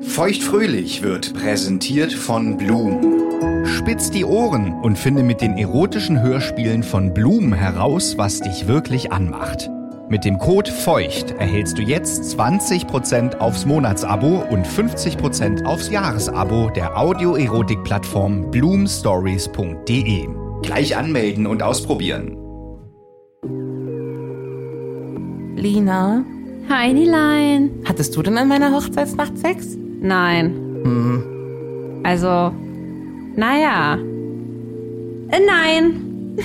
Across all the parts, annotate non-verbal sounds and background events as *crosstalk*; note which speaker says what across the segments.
Speaker 1: Feuchtfröhlich wird präsentiert von Blum. Spitz die Ohren und finde mit den erotischen Hörspielen von Blum heraus, was dich wirklich anmacht. Mit dem Code FEUCHT erhältst du jetzt 20% aufs Monatsabo und 50% aufs Jahresabo der Audioerotik-Plattform bloomstories.de. E. Gleich anmelden und ausprobieren.
Speaker 2: Lina,
Speaker 3: Heinilein.
Speaker 2: hattest du denn an meiner Hochzeitsnacht Sex?
Speaker 3: Nein. Also, naja. Äh, nein.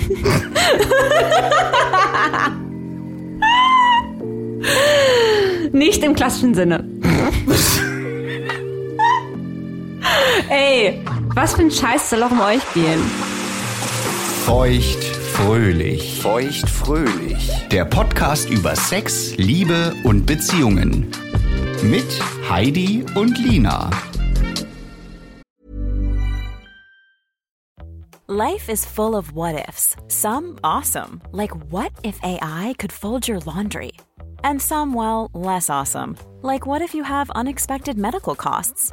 Speaker 3: Nicht im klassischen Sinne. Ey, was für ein Scheiß soll auch um euch gehen?
Speaker 1: Feuchtfröhlich. Feuchtfröhlich. Der Podcast über Sex, Liebe und Beziehungen. Mit Heidi und Lina.
Speaker 4: Life is full of what ifs. Some awesome, like what if AI could fold your laundry? And some, well, less awesome, like what if you have unexpected medical costs?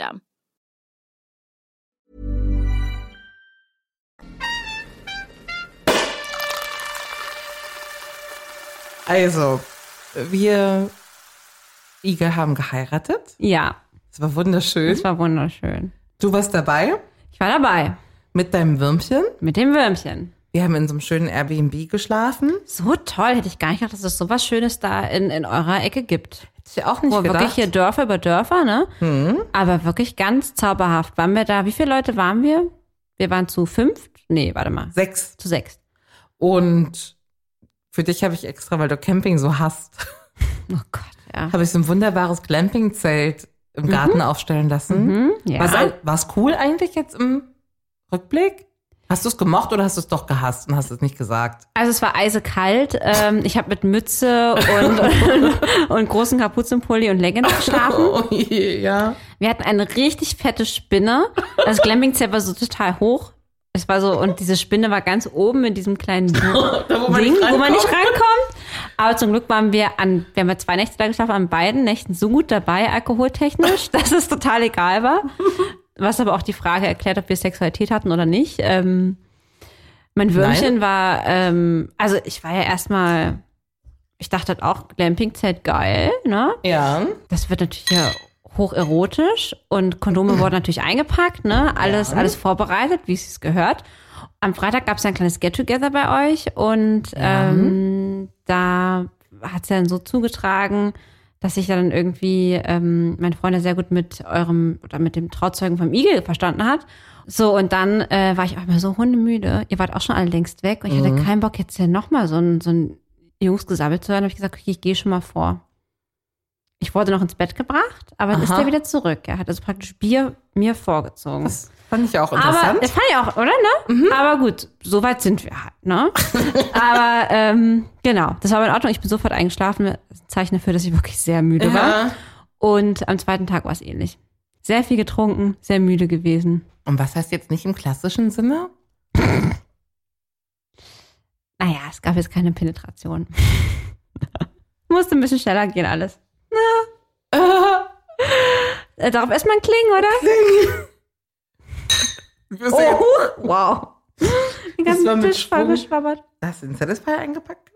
Speaker 2: Also, wir Igel haben geheiratet.
Speaker 3: Ja,
Speaker 2: Das war wunderschön.
Speaker 3: es war wunderschön.
Speaker 2: Du warst dabei
Speaker 3: Ich war dabei
Speaker 2: mit deinem Würmchen.
Speaker 3: mit dem Würmchen.
Speaker 2: Wir haben in so einem schönen Airbnb geschlafen.
Speaker 3: So toll, hätte ich gar nicht gedacht, dass es so was Schönes da in, in eurer Ecke gibt.
Speaker 2: Hätte ich auch nicht
Speaker 3: Wo
Speaker 2: gedacht. Mhm.
Speaker 3: wirklich hier Dörfer über Dörfer, ne? Aber wirklich ganz zauberhaft. Waren wir da, wie viele Leute waren wir? Wir waren zu fünf? Nee, warte mal.
Speaker 2: Sechs.
Speaker 3: Zu sechs.
Speaker 2: Und für dich habe ich extra, weil du Camping so hast,
Speaker 3: Oh Gott, ja.
Speaker 2: habe ich so ein wunderbares Glamping-Zelt im Garten aufstellen lassen.
Speaker 3: Hm, Mhm. ja.
Speaker 2: War's ein- war's cool eigentlich jetzt im Rückblick? Hast du es gemocht oder hast du es doch gehasst und hast es nicht
Speaker 3: *laughs*
Speaker 2: gesagt?
Speaker 3: Also es war eisekalt. Ähm, ich habe mit Mütze und, *laughs* und, und großen Kapuzenpulli und Leggings geschlafen.
Speaker 2: ja.
Speaker 3: Wir hatten eine richtig fette Spinne. Das Glamping-Zelt war so total hoch. Es war so, und diese Spinne war ganz oben in diesem kleinen
Speaker 2: man
Speaker 3: Ding,
Speaker 2: nicht
Speaker 3: wo man nicht reinkommt. Aber zum Glück waren wir an, wir haben ja zwei Nächte da geschlafen, an beiden Nächten so gut dabei, alkoholtechnisch, *laughs* dass es total egal war. Was aber auch die Frage erklärt, ob wir Sexualität hatten oder nicht. Ähm, mein Würmchen war, ähm, also ich war ja erstmal, ich dachte halt auch, Glamping-Zelt geil, ne?
Speaker 2: Ja.
Speaker 3: das wird natürlich ja hocherotisch und Kondome wurden natürlich eingepackt, ne? Alles, alles vorbereitet, wie es sich gehört. Am Freitag gab es ein kleines Get-Together bei euch und ähm, da hat es ja dann so zugetragen, dass ich dann irgendwie ähm, mein Freund ja sehr gut mit eurem oder mit dem Trauzeugen vom Igel verstanden hat. So, und dann äh, war ich auch immer so hundemüde. Ihr wart auch schon alle längst weg und ich hatte keinen Bock, jetzt ja nochmal so ein, so ein Jungs gesammelt zu hören. Da habe ich gesagt, okay, ich gehe schon mal vor. Ich wurde noch ins Bett gebracht, aber dann ist
Speaker 2: Aha.
Speaker 3: er wieder zurück. Er hat also praktisch Bier mir vorgezogen.
Speaker 2: Das fand ich auch
Speaker 3: aber
Speaker 2: interessant. Mhm.
Speaker 3: das fand ich auch, oder ne? Aber gut, so weit sind wir halt,
Speaker 2: *laughs*
Speaker 3: ne? aber ähm, genau, das war aber in Ordnung. Ich bin sofort eingeschlafen. Das ist ein Zeichen dafür, dass ich wirklich sehr müde war.
Speaker 2: ja.
Speaker 3: Und am zweiten Tag war es ähnlich. Sehr viel getrunken, sehr müde gewesen.
Speaker 2: Und was heißt jetzt nicht im klassischen Sinne?
Speaker 3: Naja, es gab jetzt keine Penetration. *laughs* Musste ein bisschen schneller gehen, alles. *laughs* Na. Äh, Darauf erstmal ein Klingen, oder?
Speaker 2: Wir
Speaker 3: Oh, huch. wow. Den
Speaker 2: Das war
Speaker 3: ganzen
Speaker 2: mit
Speaker 3: Tisch voll
Speaker 2: Schwung.
Speaker 3: geschwabbert.
Speaker 2: Hast du den Satisfier eingepackt?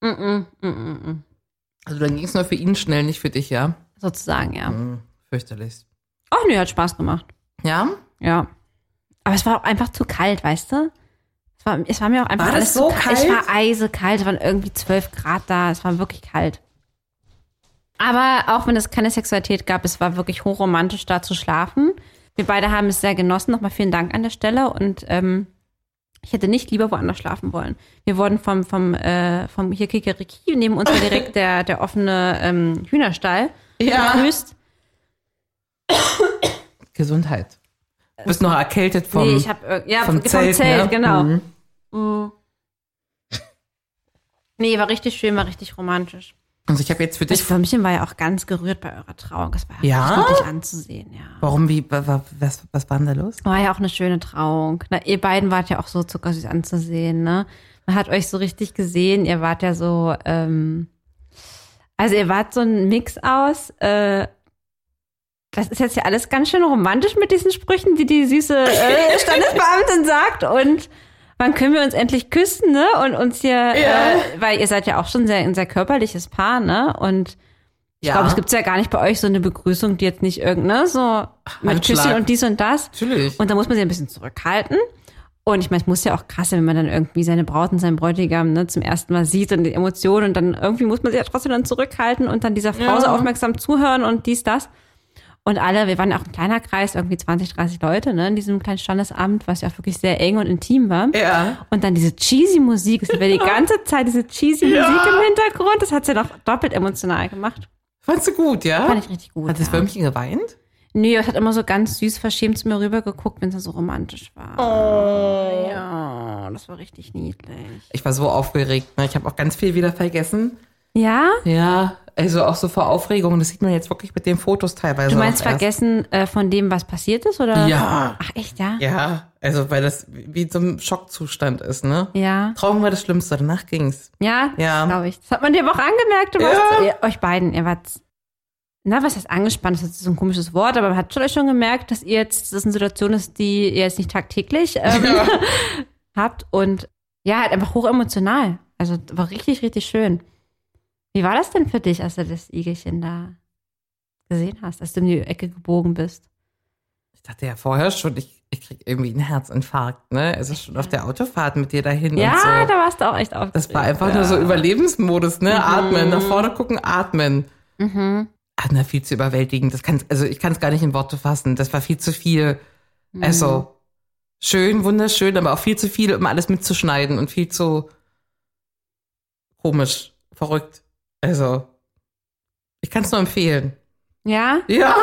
Speaker 3: Mm -mm, mm -mm. mm.
Speaker 2: Also dann ging es nur für ihn schnell, nicht für dich, ja?
Speaker 3: Sozusagen, ja.
Speaker 2: Hm, fürchterlich.
Speaker 3: Ach nö, hat Spaß gemacht.
Speaker 2: Ja?
Speaker 3: Ja. Aber es war auch einfach zu kalt, weißt du? Es war, es war mir auch einfach
Speaker 2: War das
Speaker 3: alles
Speaker 2: so
Speaker 3: zu kalt. Es
Speaker 2: kalt?
Speaker 3: war eisekalt, es waren irgendwie 12 Grad da, es war wirklich kalt. Aber auch wenn es keine Sexualität gab, es war wirklich hochromantisch da zu schlafen. Wir beide haben es sehr genossen. Nochmal vielen Dank an der Stelle und ähm, ich hätte nicht lieber woanders schlafen wollen. Wir wurden vom, vom, äh, vom hier Kikeriki, neben uns
Speaker 2: *laughs*
Speaker 3: war direkt der, der offene ähm, Hühnerstall
Speaker 2: Ja.
Speaker 3: begrüßt.
Speaker 2: Gesundheit. Du bist noch erkältet vom,
Speaker 3: nee, ich hab, äh, ja,
Speaker 2: vom, Zelt, ne?
Speaker 3: genau.
Speaker 2: Mhm.
Speaker 3: Mhm. Nee, war richtig schön, war richtig romantisch.
Speaker 2: Also ich habe jetzt für
Speaker 3: Das
Speaker 2: dich...
Speaker 3: Förmchen war ja auch ganz gerührt bei eurer Trauung. Das war
Speaker 2: Ja?
Speaker 3: ja richtig anzusehen, ja.
Speaker 2: Warum, wie, wa- wa- was, was war denn da los?
Speaker 3: War ja auch eine schöne Trauung. Na, ihr beiden wart ja auch so zuckersüß anzusehen, ne? Man hat euch so richtig gesehen. Ihr wart ja so, ähm, also ihr wart so ein Mix aus. Äh, das ist jetzt ja alles ganz schön romantisch mit diesen Sprüchen, die die süße *laughs* äh, Standesbeamtin sagt. Und wann können wir uns endlich küssen, ne? Und uns hier, äh, weil ihr seid ja auch schon sehr ein sehr körperliches Paar, ne? Und ich glaube, es gibt ja gar nicht bei euch so eine Begrüßung, die jetzt nicht irgendeine, so mit
Speaker 2: Handschlag.
Speaker 3: Küsschen und dies und das.
Speaker 2: Natürlich.
Speaker 3: Und da muss man sich ein bisschen zurückhalten. Und ich meine, es muss ja auch krass sein, wenn man dann irgendwie seine Braut und seinen Bräutigam ne, zum ersten Mal sieht und die Emotionen und dann irgendwie muss man sich ja trotzdem dann zurückhalten und dann dieser Frau so aufmerksam zuhören und dies, das. Und alle, wir waren auch ein kleiner Kreis, irgendwie 20, 30 Leute, ne, in diesem kleinen Standesamt, was ja auch wirklich sehr eng und intim war.
Speaker 2: ja.
Speaker 3: Und dann diese cheesy Musik, es war die ganze Zeit diese cheesy Musik im Hintergrund, das hat's ja noch doppelt emotional gemacht.
Speaker 2: Fandst du gut, ja?
Speaker 3: Fand ich richtig gut.
Speaker 2: Hat das
Speaker 3: ja.
Speaker 2: Förmchen geweint?
Speaker 3: Nö, es hat immer so ganz süß verschämt zu mir rübergeguckt, wenn es so romantisch war. Oh. Ja, das war richtig niedlich.
Speaker 2: Ich war so aufgeregt. Ne? Ich habe auch ganz viel wieder vergessen.
Speaker 3: Ja?
Speaker 2: Ja, also auch so vor Aufregung. Das sieht man jetzt wirklich mit den Fotos teilweise.
Speaker 3: Du meinst
Speaker 2: auch Also erst.
Speaker 3: vergessen äh, von dem, was passiert ist, oder?
Speaker 2: Ja.
Speaker 3: Ach, echt, ja?
Speaker 2: Ja, also weil das wie so ein Schockzustand ist, ne?
Speaker 3: Ja.
Speaker 2: Trauung war das Schlimmste, danach ging's.
Speaker 3: Ja,
Speaker 2: Ja.
Speaker 3: glaube ich. Das hat man dir aber auch angemerkt. Du
Speaker 2: Ja.
Speaker 3: warst, ihr, euch beiden, ihr wart, na, was heißt angespannt? Das ist so ein komisches Wort, aber man hat schon, schon gemerkt, dass ihr jetzt, das eine Situation ist, die ihr jetzt nicht tagtäglich ähm, *laughs* habt und ja, halt einfach hochemotional. Also war richtig, richtig schön. Wie war das denn für dich, als du das Igelchen da gesehen hast, als du in die Ecke gebogen bist?
Speaker 2: Ich dachte ja vorher schon, ich, ich krieg irgendwie einen Herzinfarkt, ne? Also schon auf der Autofahrt mit dir dahin
Speaker 3: ja,
Speaker 2: und so.
Speaker 3: da Mhm. warst du auch echt aufgeregt.
Speaker 2: das war einfach nur so Überlebensmodus, ne? Atmen, nach vorne gucken, atmen.
Speaker 3: Mhm.
Speaker 2: Ach, na, viel zu überwältigend. Das kann's, also ich kann es gar nicht in Worte fassen. Das war viel zu viel. Also schön, wunderschön, aber auch viel zu viel, um alles mitzuschneiden und viel zu komisch, verrückt. Also, ich kann es nur empfehlen.
Speaker 3: Ja?
Speaker 2: Ja.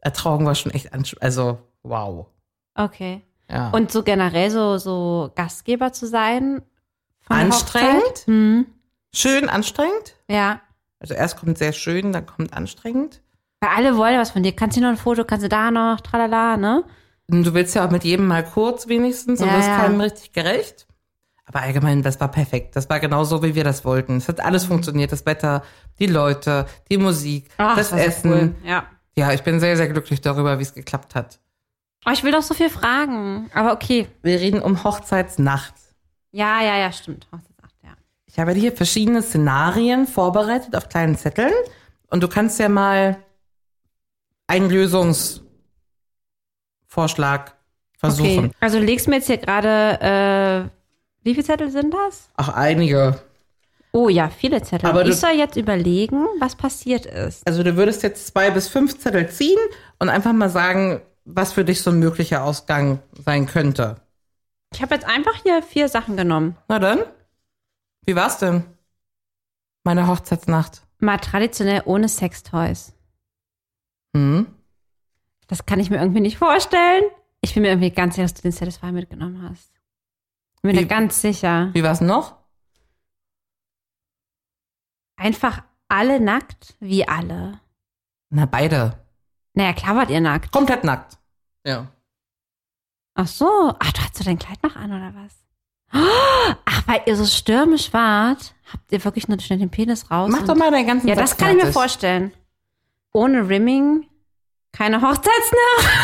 Speaker 2: Ertrauung war schon echt ansch Also, wow.
Speaker 3: Okay.
Speaker 2: Ja.
Speaker 3: Und so generell so, so Gastgeber zu sein. von der
Speaker 2: anstrengend.
Speaker 3: Hochzeit? Hm,
Speaker 2: Schön anstrengend.
Speaker 3: ja.
Speaker 2: Also erst kommt sehr schön, dann kommt anstrengend.
Speaker 3: Weil alle wollen was von dir. Kannst du noch ein Foto, kannst du da noch, tralala, ne?
Speaker 2: Und du willst ja auch mit jedem mal kurz wenigstens und
Speaker 3: Ja,
Speaker 2: wirst
Speaker 3: ja.
Speaker 2: keinem richtig gerecht. Aber allgemein, das war perfekt. Das war genau so, wie wir das wollten. Es hat alles
Speaker 3: Mhm.
Speaker 2: funktioniert. Das Wetter, die Leute, die Musik, das
Speaker 3: war so
Speaker 2: Essen.
Speaker 3: cool. Ja.
Speaker 2: Ja, ich bin sehr, sehr glücklich darüber, wie es geklappt hat.
Speaker 3: Oh, ich will doch so viel fragen. Aber okay.
Speaker 2: Wir reden um Hochzeitsnacht.
Speaker 3: Ja, ja, ja, stimmt. Hochzeitsnacht, ja.
Speaker 2: Ich habe hier verschiedene Szenarien vorbereitet auf kleinen Zetteln. Und du kannst ja mal einen Lösungsvorschlag versuchen.
Speaker 3: Okay. Also du legst mir jetzt hier gerade, äh, wie viele Zettel sind das?
Speaker 2: Auch einige.
Speaker 3: Oh ja, viele Zettel.
Speaker 2: Aber du-
Speaker 3: ich soll jetzt überlegen, was passiert ist.
Speaker 2: Also du würdest jetzt zwei bis fünf Zettel ziehen und einfach mal sagen, was für dich so ein möglicher Ausgang sein könnte.
Speaker 3: Ich habe jetzt einfach hier vier Sachen genommen.
Speaker 2: Na dann, wie war's denn? Meine Hochzeitsnacht.
Speaker 3: mal traditionell ohne Sextoys.
Speaker 2: Hm?
Speaker 3: Das kann ich mir irgendwie nicht vorstellen. Ich bin mir irgendwie ganz sicher, dass du den Satisfy mitgenommen hast. Bin mir
Speaker 2: Wie-
Speaker 3: da ganz sicher.
Speaker 2: Wie war's noch?
Speaker 3: Einfach alle nackt, wie alle.
Speaker 2: Na, beide.
Speaker 3: Naja, klar wart ihr nackt.
Speaker 2: Komplett nackt. Ja.
Speaker 3: Ach so. Ach, du hast du dein Kleid noch an, oder was? *gasps* Ach, weil ihr so stürmisch wart, habt ihr wirklich nur schnell den Penis raus.
Speaker 2: Mach
Speaker 3: und-
Speaker 2: doch mal deinen ganzen
Speaker 3: Ja,
Speaker 2: Satz
Speaker 3: das kann ich mir
Speaker 2: fertig.
Speaker 3: vorstellen. Ohne Rimming keine *laughs* Hochzeitsnacht.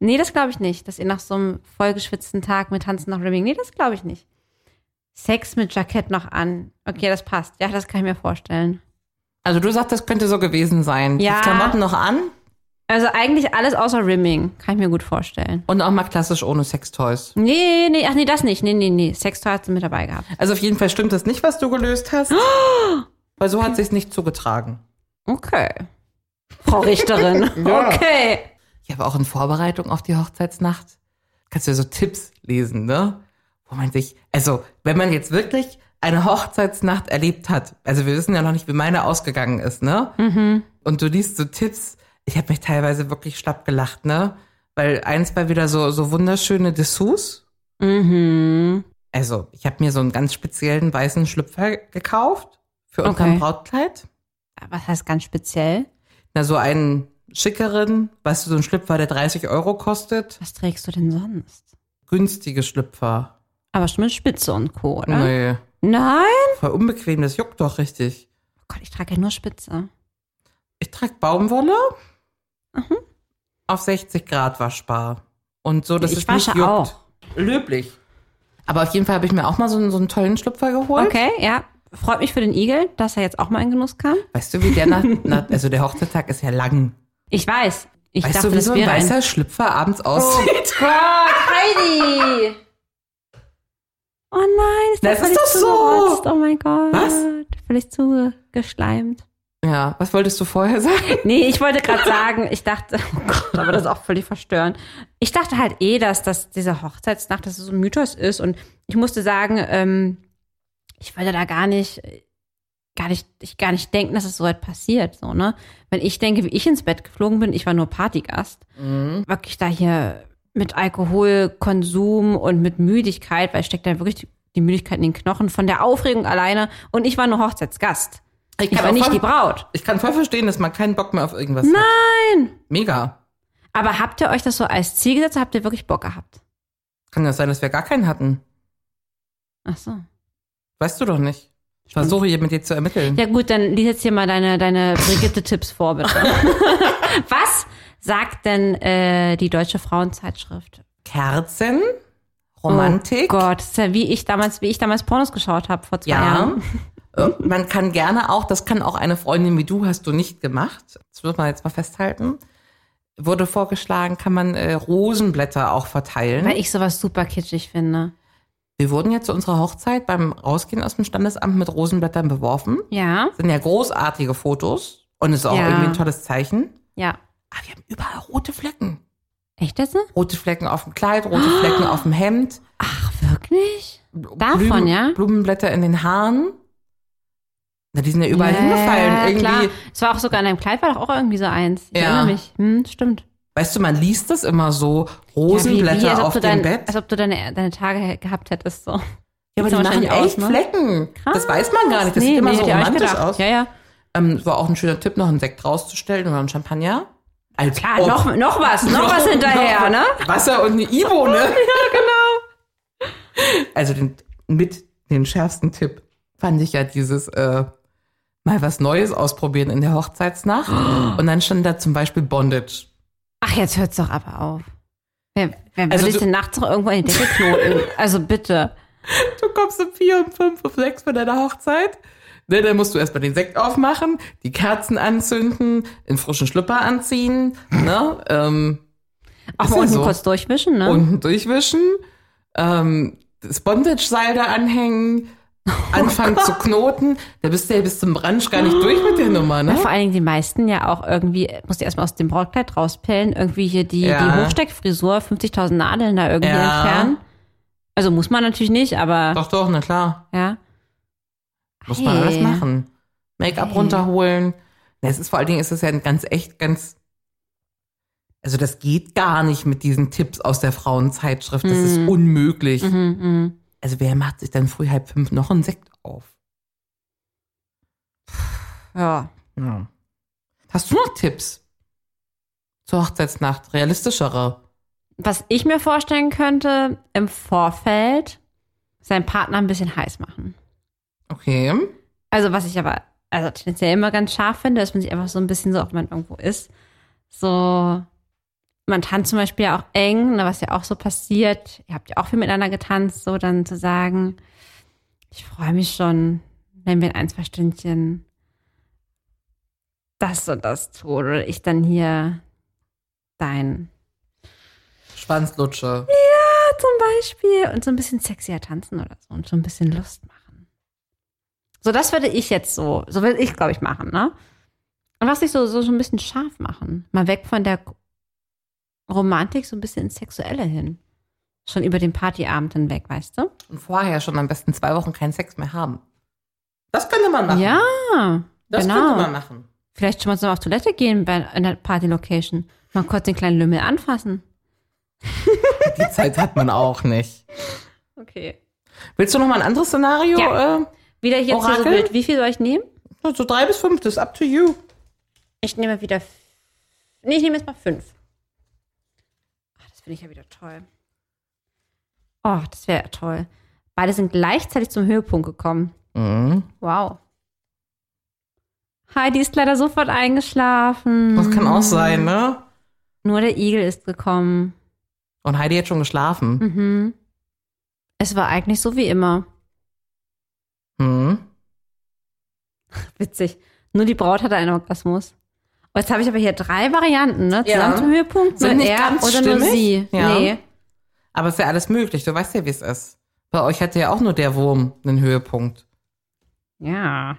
Speaker 3: nee, das glaube ich nicht, dass ihr nach so einem vollgeschwitzten Tag mit Tanzen noch Rimming. Nee, das glaube ich nicht. Sex mit Jackett noch an. Okay, das passt. Ja, das kann ich mir vorstellen.
Speaker 2: Also du sagst, das könnte so gewesen sein.
Speaker 3: Ja.
Speaker 2: Die Klamotten noch an
Speaker 3: Also eigentlich alles außer Rimming kann ich mir gut vorstellen.
Speaker 2: und auch mal klassisch ohne Sextoys.
Speaker 3: Nee, nee, ach nee, das nicht. Nee, nee, nee. Sextoy hat sie mit dabei gehabt.
Speaker 2: Also auf jeden Fall stimmt das nicht, was du gelöst
Speaker 3: *gasps*
Speaker 2: hast. Weil so hat sich's nicht zugetragen.
Speaker 3: Okay. *laughs* Frau Richterin. Okay.
Speaker 2: Ja, aber auch in Vorbereitung auf die Hochzeitsnacht kannst du ja so Tipps lesen, ne? Wo man sich, also wenn man jetzt wirklich eine Hochzeitsnacht erlebt hat, also wir wissen ja noch nicht, wie meine ausgegangen ist, ne? Und du liest so Tipps. Ich habe mich teilweise wirklich schlapp gelacht, ne? Weil eins war wieder so, so wunderschöne Dessous.
Speaker 3: Mhm.
Speaker 2: Also ich habe mir so einen ganz speziellen weißen Schlüpfer gekauft für unterm
Speaker 3: Okay.
Speaker 2: Brautkleid.
Speaker 3: Was heißt ganz speziell?
Speaker 2: Na, so einen schickeren, weißt du, so ein Schlüpfer, der 30 Euro kostet.
Speaker 3: Was trägst du denn sonst?
Speaker 2: Günstige Schlüpfer.
Speaker 3: Aber schon mit Spitze und Co., oder?
Speaker 2: Nee,
Speaker 3: Nein?
Speaker 2: ne? voll unbequem, das juckt doch richtig.
Speaker 3: Oh Gott, ich trage ja nur Spitze.
Speaker 2: Ich trage Baumwolle
Speaker 3: Mhm.
Speaker 2: auf 60 Grad waschbar. Und so, dass
Speaker 3: Ich
Speaker 2: es
Speaker 3: wasche
Speaker 2: nicht juckt.
Speaker 3: auch.
Speaker 2: Löblich. Aber auf jeden Fall habe ich mir auch mal so einen, so einen tollen Schlüpfer geholt.
Speaker 3: Okay, ja. Freut mich für den Igel, dass er jetzt auch mal in Genuss kam.
Speaker 2: Weißt du, wie der nach, nach also der Hochzeitstag ist ja lang.
Speaker 3: Ich weiß. Ich
Speaker 2: weißt
Speaker 3: dachte,
Speaker 2: du, wie
Speaker 3: das
Speaker 2: so ein
Speaker 3: wäre Oh.
Speaker 2: weißer Schlüpfer abends aussieht?
Speaker 3: Gott, Heidi! Oh nein, ist
Speaker 2: Das
Speaker 3: das
Speaker 2: ist
Speaker 3: völlig
Speaker 2: doch so.
Speaker 3: zugerotzt. Oh mein Gott.
Speaker 2: Was?
Speaker 3: Völlig zugeschleimt.
Speaker 2: *laughs* Ja, was wolltest du vorher sagen?
Speaker 3: Nee, ich wollte gerade sagen, ich dachte, oh Gott, aber das ist auch völlig verstörend. Ich dachte halt eh, dass das diese Hochzeitsnacht, dass es so ein Mythos ist und ich musste sagen, ähm, ich wollte da gar nicht, gar nicht, ich gar nicht denken, dass es so etwas passiert, so ne. Wenn ich denke, wie ich ins Bett geflogen bin, ich war nur Partygast,
Speaker 2: Mhm.
Speaker 3: wirklich da hier mit Alkoholkonsum und mit Müdigkeit, weil steckt da wirklich die, die Müdigkeit in den Knochen von der Aufregung alleine und ich war nur Hochzeitsgast. Ich,
Speaker 2: kann
Speaker 3: war
Speaker 2: auch
Speaker 3: nicht
Speaker 2: voll-
Speaker 3: die Braut.
Speaker 2: Ich kann voll verstehen, dass man keinen Bock mehr auf irgendwas Nein. hat. Nein! Mega.
Speaker 3: Aber habt ihr euch das so als Ziel gesetzt oder habt ihr wirklich Bock gehabt?
Speaker 2: Kann das sein, dass wir gar keinen hatten?
Speaker 3: Ach so.
Speaker 2: Weißt du doch nicht. Ich versuche hier mit dir zu ermitteln.
Speaker 3: Ja gut, dann lies jetzt hier mal deine, deine Brigitte-Tipps
Speaker 2: *laughs*
Speaker 3: vor, bitte. Was sagt denn äh, die Deutsche Frauenzeitschrift?
Speaker 2: Kerzen, Romantik.
Speaker 3: Oh Gott, das ist ja wie ich damals, wie ich damals Pornos geschaut habe vor zwei
Speaker 2: Ja.
Speaker 3: Jahren.
Speaker 2: Äh, Man kann gerne auch, das kann auch eine Freundin wie du, hast du nicht gemacht. Das muss man jetzt mal festhalten. Wurde vorgeschlagen, kann man äh, Rosenblätter auch verteilen.
Speaker 3: Weil ich sowas super kitschig finde.
Speaker 2: Wir wurden ja zu unserer Hochzeit beim Rausgehen aus dem Standesamt mit Rosenblättern beworfen.
Speaker 3: Ja,
Speaker 2: Sind ja großartige Fotos und ist auch
Speaker 3: Ja.
Speaker 2: irgendwie ein tolles Zeichen.
Speaker 3: ja.
Speaker 2: Aber wir haben überall rote Flecken.
Speaker 3: Echt jetzt?
Speaker 2: Rote Flecken auf dem Kleid, rote Flecken
Speaker 3: Ah.
Speaker 2: auf dem Hemd.
Speaker 3: Wirklich? Davon,
Speaker 2: Blumen,
Speaker 3: ja?
Speaker 2: Blumenblätter in den Haaren. Na, die sind ja überall
Speaker 3: Ja,
Speaker 2: hingefallen.
Speaker 3: ja,
Speaker 2: Irgendwie,
Speaker 3: Klar. Es war auch sogar in deinem Kleid, war doch auch irgendwie so eins. Ich
Speaker 2: Ja.
Speaker 3: erinnere mich. Hm, stimmt.
Speaker 2: weißt du, man liest das immer so,
Speaker 3: Ja, wie- wie,
Speaker 2: Rosenblätter
Speaker 3: als ob
Speaker 2: auf
Speaker 3: du
Speaker 2: dem
Speaker 3: dein,
Speaker 2: Bett.
Speaker 3: Als ob du deine, deine Tage gehabt hättest. So.
Speaker 2: ja, aber
Speaker 3: sieht
Speaker 2: die
Speaker 3: aber
Speaker 2: machen
Speaker 3: schon aus,
Speaker 2: echt
Speaker 3: ne?
Speaker 2: Flecken. Das weiß man gar nicht. Das
Speaker 3: Nee,
Speaker 2: sieht immer
Speaker 3: nee,
Speaker 2: so
Speaker 3: hätte ich auch nicht
Speaker 2: romantisch
Speaker 3: gedacht.
Speaker 2: aus.
Speaker 3: Ja, ja.
Speaker 2: Ähm, war auch ein schöner Tipp, noch einen Sekt rauszustellen oder einen Champagner. Als
Speaker 3: Klar, noch, noch was, noch,
Speaker 2: Noch-
Speaker 3: was hinterher,
Speaker 2: noch
Speaker 3: ne?
Speaker 2: Wasser und eine Ibo,
Speaker 3: *laughs*
Speaker 2: ne? ja, genau. Also den, mit den schärfsten Tipp fand ich ja dieses äh, mal was Neues ausprobieren in der
Speaker 3: *gasps*
Speaker 2: Hochzeitsnacht. und dann stand da zum Beispiel Bondage.
Speaker 3: Ach, jetzt hört's doch aber auf. Wer, wer
Speaker 2: Also
Speaker 3: würde sich
Speaker 2: du-
Speaker 3: denn nachts noch irgendwo in die Decke
Speaker 2: *laughs*
Speaker 3: knoten? also bitte.
Speaker 2: Du kommst um vier, um fünf, um sechs von deiner Hochzeit. Ne, dann musst du erstmal den Sekt aufmachen, die Kerzen anzünden, einen frischen Schlüpper anziehen, ne? Ähm,
Speaker 3: Auch
Speaker 2: Ist
Speaker 3: mal
Speaker 2: ja
Speaker 3: unten
Speaker 2: so.
Speaker 3: kurz durchmischen, ne?
Speaker 2: unten durchwischen, ähm, das Bondage-Seil da
Speaker 3: *laughs*
Speaker 2: anhängen,
Speaker 3: Oh
Speaker 2: anfangen zu knoten. Da bist du ja bis zum Brunch gar nicht durch mit der Nummer,
Speaker 3: Ja,
Speaker 2: ne?
Speaker 3: vor allen Dingen die meisten ja auch irgendwie, musst du erstmal aus dem Brautkleid rauspellen, irgendwie hier die,
Speaker 2: Ja.
Speaker 3: die Hochsteckfrisur, 50.000 Nadeln da irgendwie
Speaker 2: Ja.
Speaker 3: entfernen. Also muss man natürlich nicht, aber
Speaker 2: Doch, doch, na klar.
Speaker 3: ja.
Speaker 2: Muss man
Speaker 3: Hey.
Speaker 2: alles machen. Make-up runterholen. Na, Es ist vor allen Dingen, ist es ja ein ganz echt, ganz, also das geht gar nicht mit diesen Tipps aus der Frauenzeitschrift. Das ist unmöglich.
Speaker 3: Mhm,
Speaker 2: Also wer macht sich dann früh halb fünf noch einen Sekt auf?
Speaker 3: mhm. Ja.
Speaker 2: Ja. Hast du noch Tipps zur Hochzeitsnacht? Realistischere.
Speaker 3: Was ich mir vorstellen könnte, im Vorfeld seinen Partner ein bisschen heiß machen.
Speaker 2: Okay.
Speaker 3: Also, was ich aber also tendenziell immer ganz scharf finde, dass man sich einfach so ein bisschen so, ob man irgendwo ist, so. Man tanzt zum Beispiel ja auch eng, ne, was ja auch so passiert. Ihr habt ja auch viel miteinander getanzt, so dann zu sagen, ich freue mich schon, wenn wir in ein, zwei Stündchen das und das tun. Oder ich dann hier dein
Speaker 2: Schwanzlutsche.
Speaker 3: zum Beispiel und so ein bisschen sexier tanzen oder so und so ein bisschen Lust machen. So, das würde ich jetzt so, so würde ich, glaube ich, machen, ne? Und was ich so, so, so ein bisschen scharf machen. Mal weg von der Romantik, so ein bisschen ins Sexuelle hin. Schon über den Partyabend hinweg, weißt du?
Speaker 2: Und vorher schon am besten zwei Wochen keinen Sex mehr haben. Das könnte man machen.
Speaker 3: Ja,
Speaker 2: das
Speaker 3: genau.
Speaker 2: könnte man machen.
Speaker 3: Vielleicht schon mal so auf Toilette gehen bei einer Party-Location. Mal kurz den kleinen Lümmel anfassen.
Speaker 2: Die Zeit hat man auch nicht.
Speaker 3: Okay.
Speaker 2: Willst du noch mal ein anderes Szenario?
Speaker 3: Ja.
Speaker 2: Äh,
Speaker 3: Wieder hier zu so
Speaker 2: Orakel?
Speaker 3: wild. Wie viel soll ich nehmen?
Speaker 2: so also drei bis fünf, das ist up to you.
Speaker 3: Ich nehme wieder. f- Nee, ich nehme jetzt mal fünf. Ach, das finde ich ja wieder toll. Oh, das wäre ja toll. Beide sind gleichzeitig zum Höhepunkt gekommen. Wow. Heidi ist leider sofort eingeschlafen.
Speaker 2: Das kann auch sein, ne?
Speaker 3: Nur der Igel ist gekommen.
Speaker 2: Und Heidi hat schon geschlafen.
Speaker 3: Mhm. Es war eigentlich so wie immer.
Speaker 2: Hm.
Speaker 3: *laughs* Witzig. Nur die Braut hatte einen Orgasmus. Oh, jetzt habe ich aber hier drei Varianten, ne?
Speaker 2: Ja.
Speaker 3: Zusammen zum Höhepunkt,
Speaker 2: Sind
Speaker 3: nur
Speaker 2: nicht
Speaker 3: er
Speaker 2: ganz
Speaker 3: oder nur
Speaker 2: stimmig?
Speaker 3: sie.
Speaker 2: Ja.
Speaker 3: Nee.
Speaker 2: Aber ist ja alles möglich. Du weißt ja, wie es ist. Bei euch hatte ja auch nur der Wurm einen Höhepunkt.
Speaker 3: Ja.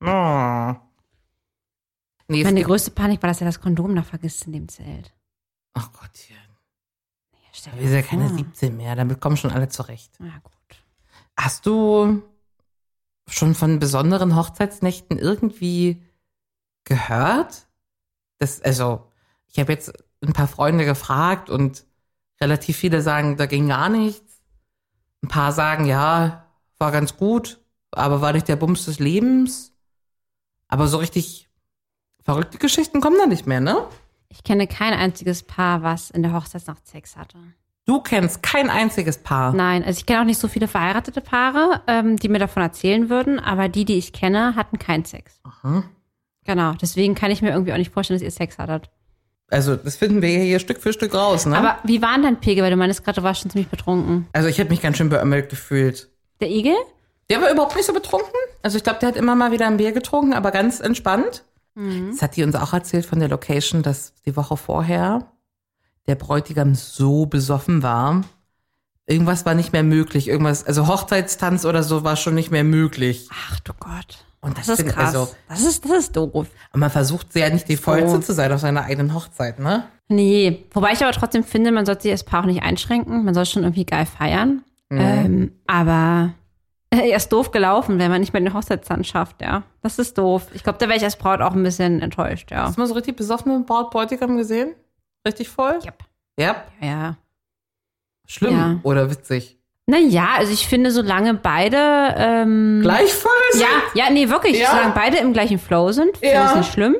Speaker 2: Oh. Nee, es
Speaker 3: Meine
Speaker 2: gibt,
Speaker 3: größte Panik war, dass er das Kondom noch vergisst in dem Zelt.
Speaker 2: ach Gottchen.
Speaker 3: Stell
Speaker 2: Da
Speaker 3: dir
Speaker 2: ist ja
Speaker 3: vor.
Speaker 2: keine 17 mehr. Damit kommen schon alle zurecht.
Speaker 3: Ja, gut.
Speaker 2: Hast du schon von besonderen Hochzeitsnächten irgendwie gehört? Das, also, ich habe jetzt ein paar Freunde gefragt und relativ viele sagen, da ging gar nichts. Ein paar sagen, ja, war ganz gut, aber war nicht der Bums des Lebens. Aber so richtig verrückte Geschichten kommen da nicht mehr, ne?
Speaker 3: Ich kenne kein einziges Paar, was in der Hochzeitsnacht Sex hatte.
Speaker 2: Du kennst kein einziges Paar.
Speaker 3: Nein, also ich kenne auch nicht so viele verheiratete Paare, ähm, die mir davon erzählen würden, aber die, die ich kenne, hatten keinen Sex.
Speaker 2: Aha.
Speaker 3: Genau, deswegen kann ich mir irgendwie auch nicht vorstellen, dass ihr Sex hattet.
Speaker 2: Also, das finden wir hier Stück für Stück raus, ne?
Speaker 3: Aber wie war denn dein Pegel? Weil du meinst gerade, du warst schon ziemlich betrunken.
Speaker 2: also, ich habe mich ganz schön beömmelt gefühlt.
Speaker 3: Der Igel?
Speaker 2: Der war überhaupt nicht so betrunken. Also ich glaube, der hat immer mal wieder ein Bier getrunken, aber ganz entspannt. Das hat die uns auch erzählt von der Location, dass die Woche vorher der Bräutigam so besoffen war. Irgendwas war nicht mehr möglich. Irgendwas, also Hochzeitstanz oder so war schon nicht mehr möglich.
Speaker 3: Ach du Gott.
Speaker 2: Und
Speaker 3: Das,
Speaker 2: das
Speaker 3: ist
Speaker 2: find-
Speaker 3: krass.
Speaker 2: also-
Speaker 3: das, ist, das ist doof.
Speaker 2: Und man versucht sehr nicht die Vollste
Speaker 3: So.
Speaker 2: zu sein auf seiner eigenen Hochzeit, ne?
Speaker 3: Nee, wobei ich aber trotzdem finde, man sollte sich als Paar auch nicht einschränken. Man soll schon irgendwie geil feiern. Ähm, aber äh, er ist doof gelaufen, wenn man nicht mehr den Hochzeitstanz schafft, ja. Das ist doof. Ich glaube, da wäre ich als Braut auch ein bisschen enttäuscht, ja.
Speaker 2: Hast du mal so richtig besoffenen Braut- Bräutigam gesehen? Richtig voll?
Speaker 3: Yep.
Speaker 2: Ja.
Speaker 3: Ja.
Speaker 2: Schlimm
Speaker 3: Ja.
Speaker 2: oder witzig?
Speaker 3: Naja, also ich finde, solange beide. Ähm,
Speaker 2: Gleich voll?
Speaker 3: ja, ja, nee, wirklich.
Speaker 2: Ja.
Speaker 3: Solange beide im gleichen Flow sind, finde ich
Speaker 2: Ja. Mhm.
Speaker 3: es nicht schlimm.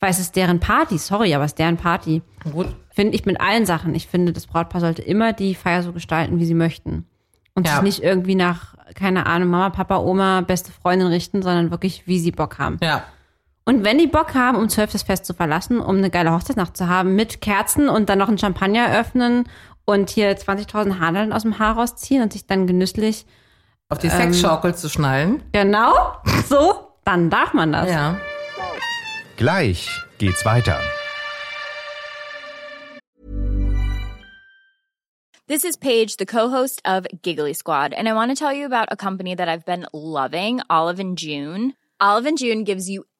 Speaker 3: Weil es ist deren Party, sorry, aber es ist deren Party.
Speaker 2: Gut.
Speaker 3: finde ich mit allen Sachen. Ich finde, das Brautpaar sollte immer die Feier so gestalten, wie sie möchten. Und
Speaker 2: Ja.
Speaker 3: sich nicht irgendwie nach, keine Ahnung, Mama, Papa, Oma, beste Freundin richten, sondern wirklich, wie sie Bock haben.
Speaker 2: Ja.
Speaker 3: Und wenn die Bock haben, um zwölf das Fest zu verlassen, um eine geile Hochzeitsnacht zu haben, mit Kerzen und dann noch ein Champagner öffnen und hier 20.000 Haarnadeln aus dem Haar rausziehen und sich dann genüsslich,
Speaker 2: Auf die Sexschaukel zu schnallen.
Speaker 3: genau so, dann darf man das.
Speaker 2: Ja.
Speaker 1: Gleich geht's weiter.
Speaker 5: This is Paige, the co-host of Giggly Squad, and I want to tell you about a company that I've been loving, Olive and June. Olive and June gives you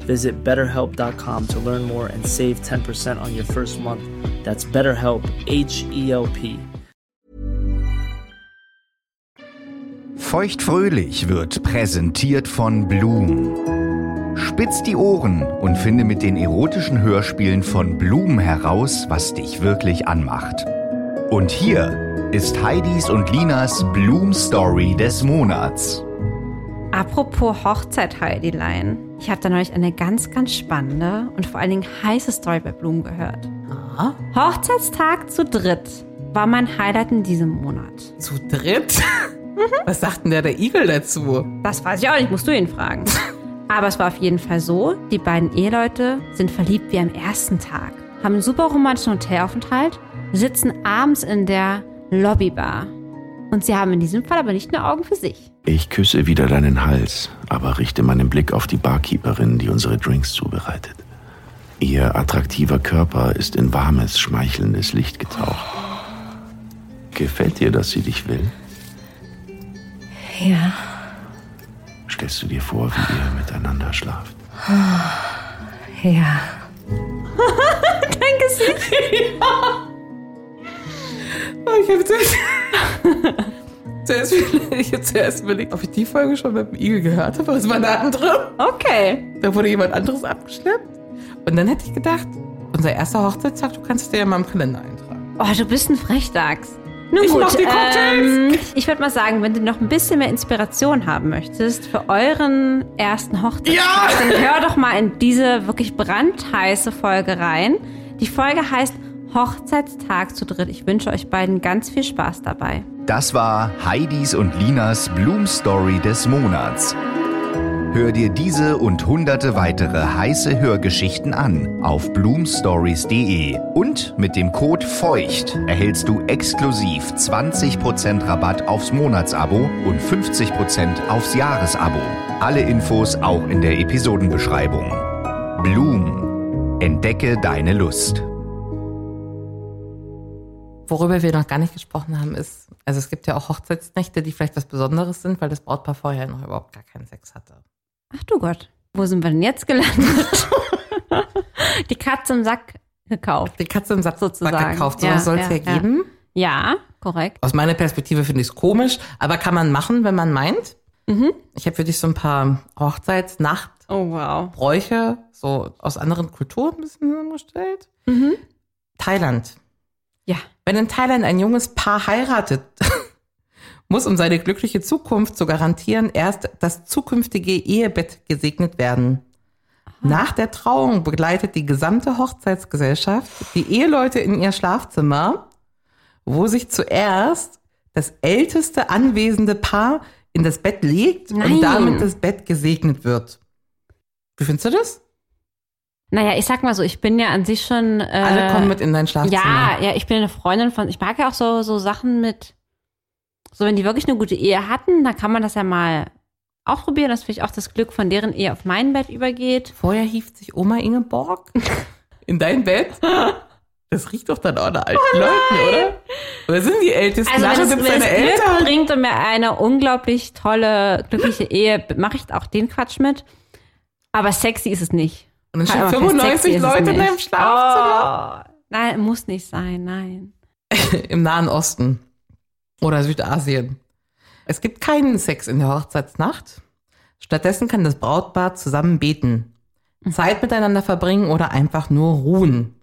Speaker 6: Visit betterhelp.com to learn more and save 10% on your first month. That's BetterHelp, H E L P.
Speaker 1: Feuchtfröhlich wird präsentiert von Bloom. Spitz die Ohren und finde mit den erotischen Hörspielen von Bloom heraus, was dich wirklich anmacht. Und hier ist Heidis und Linas Bloom Story des Monats.
Speaker 3: Apropos Hochzeit, Heidi Lein. Ich habe da neulich eine ganz, ganz spannende und vor allen Dingen heiße Story bei Blumen gehört.
Speaker 2: Aha.
Speaker 3: Hochzeitstag zu dritt war mein Highlight in diesem Monat.
Speaker 2: Zu dritt? Was sagt denn der, der Igel dazu?
Speaker 3: Das weiß ich auch nicht, musst du ihn fragen. Aber es war auf jeden Fall so, die beiden Eheleute sind verliebt wie am ersten Tag, haben einen super romantischen Hotelaufenthalt, sitzen abends in der Lobbybar. Und sie haben in diesem Fall aber nicht nur Augen für sich.
Speaker 7: Ich küsse wieder deinen Hals, aber richte meinen Blick auf die Barkeeperin, die unsere Drinks zubereitet. Ihr attraktiver Körper ist in warmes, schmeichelndes Licht getaucht. Gefällt dir, dass sie dich will?
Speaker 8: Ja,
Speaker 7: Stellst du dir vor, wie ihr miteinander schlaft?
Speaker 8: ja.
Speaker 3: *laughs*
Speaker 2: Oh, Ich *laughs* habe zuerst, zuerst, ich hab zuerst überlegt, ob ich die Folge schon mit dem Igel gehört habe, aber es war eine andere.
Speaker 3: Okay.
Speaker 2: Da wurde jemand anderes abgeschleppt. Und dann hätte ich gedacht, unser erster Hochzeitstag, du kannst es dir ja mal im Kalender eintragen.
Speaker 3: Oh, du bist ein Frechdachs. Nun
Speaker 2: Ich
Speaker 3: gut,
Speaker 2: mach die Cocktails.
Speaker 3: Ähm, ich würde mal sagen, wenn du noch ein bisschen mehr Inspiration haben möchtest für euren ersten Hochzeitstag, dann hör doch mal in diese wirklich brandheiße Folge rein. Die Folge heißt Hochzeitstag zu dritt. Ich wünsche euch beiden ganz viel Spaß dabei.
Speaker 1: Das war Heidis und Linas Bloom Story des Monats. Hör dir diese und hunderte weitere heiße Hörgeschichten an auf bloomstories.de und mit dem Code FEUCHT erhältst du exklusiv 20% Rabatt aufs Monatsabo und 50% aufs Jahresabo. Alle Infos auch in der Episodenbeschreibung. Bloom. Entdecke deine Lust.
Speaker 2: Worüber wir noch gar nicht gesprochen haben, ist, also es gibt ja auch Hochzeitsnächte, die vielleicht was Besonderes sind, weil das Brautpaar vorher noch überhaupt gar keinen Sex hatte.
Speaker 3: Ach du Gott, wo sind wir denn jetzt gelandet? *laughs* die Katze im Sack gekauft.
Speaker 2: Die Katze im Satz
Speaker 3: Sozusagen.
Speaker 2: gekauft, sowas
Speaker 3: Ja,
Speaker 2: soll es ja,
Speaker 3: ja, ja.
Speaker 2: geben.
Speaker 3: Ja, korrekt.
Speaker 2: Aus meiner Perspektive finde ich es komisch, aber kann man machen, wenn man meint. Ich habe für dich so ein paar Hochzeitsnacht
Speaker 3: Oh wow.
Speaker 2: Bräuche so aus anderen Kulturen ein bisschen zusammengestellt. Thailand.
Speaker 3: Ja.
Speaker 2: Wenn in Thailand ein junges Paar heiratet, *laughs* muss, um seine glückliche Zukunft zu garantieren, erst das zukünftige Ehebett gesegnet werden. Nach der Trauung begleitet die gesamte Hochzeitsgesellschaft die Eheleute in ihr Schlafzimmer, wo sich zuerst das älteste anwesende Paar in das Bett legt
Speaker 3: Nein.
Speaker 2: und damit das Bett gesegnet wird. Wie findest du das?
Speaker 3: Naja, ich sag mal so, ich bin ja an sich schon. Äh,
Speaker 2: Alle kommen mit in dein Schlafzimmer.
Speaker 3: Ja, ja, ich bin eine Freundin von. Ich mag ja auch so, so Sachen mit. So, wenn die wirklich eine gute Ehe hatten, dann kann man das ja mal auch probieren, dass vielleicht auch das Glück von deren Ehe auf mein Bett übergeht.
Speaker 2: Vorher hieft sich Oma Ingeborg in dein Bett. Das riecht doch dann auch nach alten Leuten, oder? Oder sind die Ältesten?
Speaker 3: Oh Also, wenn
Speaker 2: Nachher
Speaker 3: es,
Speaker 2: sind's
Speaker 3: wenn
Speaker 2: deine
Speaker 3: es Glück
Speaker 2: Eltern.
Speaker 3: bringt und mir eine unglaublich tolle, glückliche Ehe, mache ich auch den Quatsch mit. Aber sexy ist es nicht.
Speaker 2: Und dann stehen
Speaker 3: Aber fest,
Speaker 2: 95
Speaker 3: sexy ist es
Speaker 2: Leute in
Speaker 3: nicht.
Speaker 2: deinem Schlafzimmer.
Speaker 3: Oh, nein, muss nicht sein, nein. Oh.
Speaker 2: Im Nahen Osten oder Südasien. Es gibt keinen Sex in der Hochzeitsnacht. Stattdessen kann das Brautpaar zusammen beten, Zeit miteinander verbringen oder einfach nur ruhen.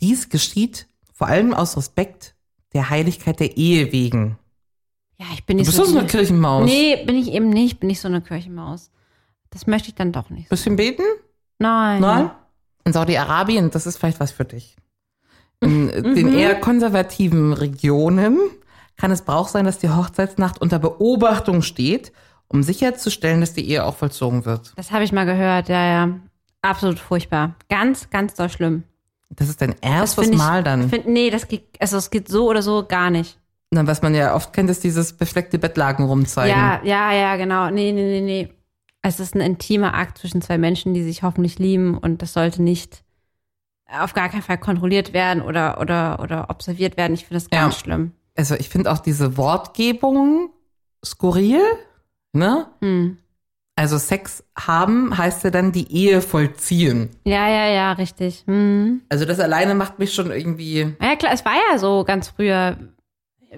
Speaker 2: Dies geschieht vor allem aus Respekt der Heiligkeit der Ehe wegen.
Speaker 3: Ja, ich bin
Speaker 2: Du
Speaker 3: nicht
Speaker 2: bist doch so eine Kirchenmaus.
Speaker 3: Nee, bin ich eben nicht. Bin ich so eine Kirchenmaus. Das möchte ich dann doch nicht.
Speaker 2: Bisschen beten?
Speaker 3: Nein.
Speaker 2: Nein? In Saudi-Arabien, das ist vielleicht was für dich. In äh, den eher konservativen Regionen kann es Brauch sein, dass die Hochzeitsnacht unter Beobachtung steht, um sicherzustellen, dass die Ehe auch vollzogen wird.
Speaker 3: Das habe ich mal gehört. Ja, ja. Absolut furchtbar. Ganz, ganz doll schlimm.
Speaker 2: Das ist dein erstes
Speaker 3: Find ich-
Speaker 2: Mal dann.
Speaker 3: Find, nee, das geht, also es geht so oder so gar nicht.
Speaker 2: Na, was man ja oft kennt, ist dieses befleckte Bettlaken rumzeigen.
Speaker 3: Ja, ja, ja, genau. Nee, nee, nee, nee. Es ist ein intimer Akt zwischen zwei Menschen, die sich hoffentlich lieben und das sollte nicht auf gar keinen Fall kontrolliert werden oder, oder, oder observiert werden. Ich finde das ganz
Speaker 2: Ja.
Speaker 3: schlimm.
Speaker 2: Also ich finde auch diese Wortgebung skurril, ne?
Speaker 3: Hm.
Speaker 2: Also Sex haben heißt ja dann die Ehe vollziehen.
Speaker 3: Ja, ja, ja, richtig. Hm.
Speaker 2: Also das alleine macht mich schon irgendwie
Speaker 3: Na Ja, klar, es war ja so ganz früher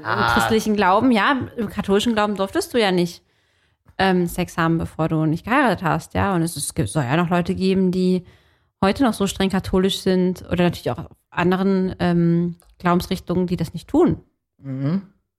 Speaker 2: Ah.
Speaker 3: im christlichen Glauben, ja, im katholischen Glauben durftest du ja nicht ähm, Sex haben, bevor du nicht geheiratet hast, ja. Und es, ist, es soll ja noch Leute geben, die heute noch so streng katholisch sind oder natürlich auch anderen ähm, Glaubensrichtungen, die das nicht tun.
Speaker 2: Mhm.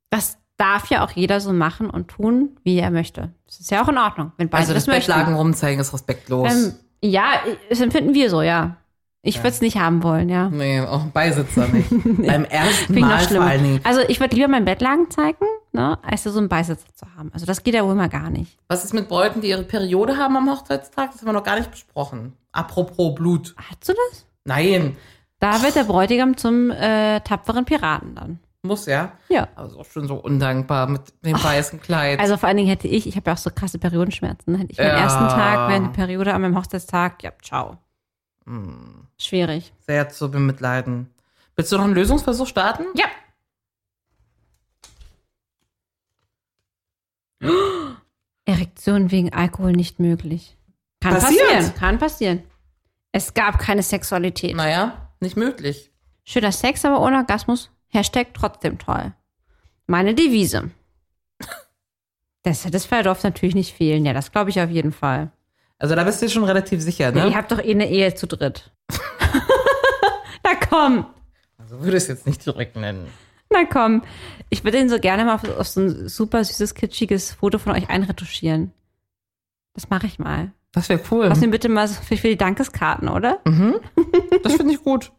Speaker 3: Das darf ja auch jeder so machen und tun, wie er möchte. Das ist ja auch in Ordnung, wenn beide
Speaker 2: Also das
Speaker 3: das möchten.
Speaker 2: Bettlaken rumzeigen ist respektlos.
Speaker 3: Ähm, ja, das empfinden wir so, ja. Ich würde es nicht haben wollen, ja.
Speaker 2: nee, auch ein Beisitzer
Speaker 3: *laughs*
Speaker 2: nicht. Beim ersten
Speaker 3: Klingt
Speaker 2: Mal
Speaker 3: noch
Speaker 2: vor
Speaker 3: schlimmer.
Speaker 2: allen Dingen.
Speaker 3: Also ich würde lieber mein Bettlaken zeigen, ne, als da so einen Beisitzer zu haben. Also das geht ja wohl mal gar nicht.
Speaker 2: Was ist mit Bräuten, die ihre Periode haben am Hochzeitstag? Das haben wir noch gar nicht besprochen. Apropos Blut.
Speaker 3: Hast du das?
Speaker 2: Nein,
Speaker 3: Da wird der Bräutigam zum äh, tapferen Piraten dann.
Speaker 2: muss ja.
Speaker 3: Ja.
Speaker 2: Aber ist auch schon so undankbar mit dem weißen Kleid.
Speaker 3: Also vor allen Dingen hätte ich, ich habe ja auch so krasse Periodenschmerzen, ne? hätte ich meinen
Speaker 2: Ja.
Speaker 3: ersten Tag, meine Periode an meinem Hochzeitstag, ja, ciao.
Speaker 2: Hm.
Speaker 3: Schwierig.
Speaker 2: Sehr zu bemitleiden. Willst du noch einen Lösungsversuch starten?
Speaker 3: Ja. *gasps* Erektion wegen Alkohol nicht möglich. Kann
Speaker 2: Passiert.
Speaker 3: passieren. Kann passieren. Es gab keine Sexualität.
Speaker 2: Naja, nicht möglich.
Speaker 3: Schöner Sex, aber ohne Orgasmus. Hashtag trotzdem toll. Meine Devise. Das, das darf natürlich nicht fehlen. Ja, das glaube ich auf jeden Fall.
Speaker 2: Also da bist du dir schon relativ sicher, ne?
Speaker 3: Ihr habt doch eh eine Ehe zu dritt. *laughs* na komm,
Speaker 2: Also würde ich es jetzt nicht direkt nennen.
Speaker 3: na komm. Ich würde ihn so gerne mal auf, auf so ein super süßes, kitschiges Foto von euch einretuschieren. Das mache ich mal.
Speaker 2: Das wäre cool.
Speaker 3: Lass mir bitte mal so für, für die Dankeskarten, oder?
Speaker 2: Das finde ich gut.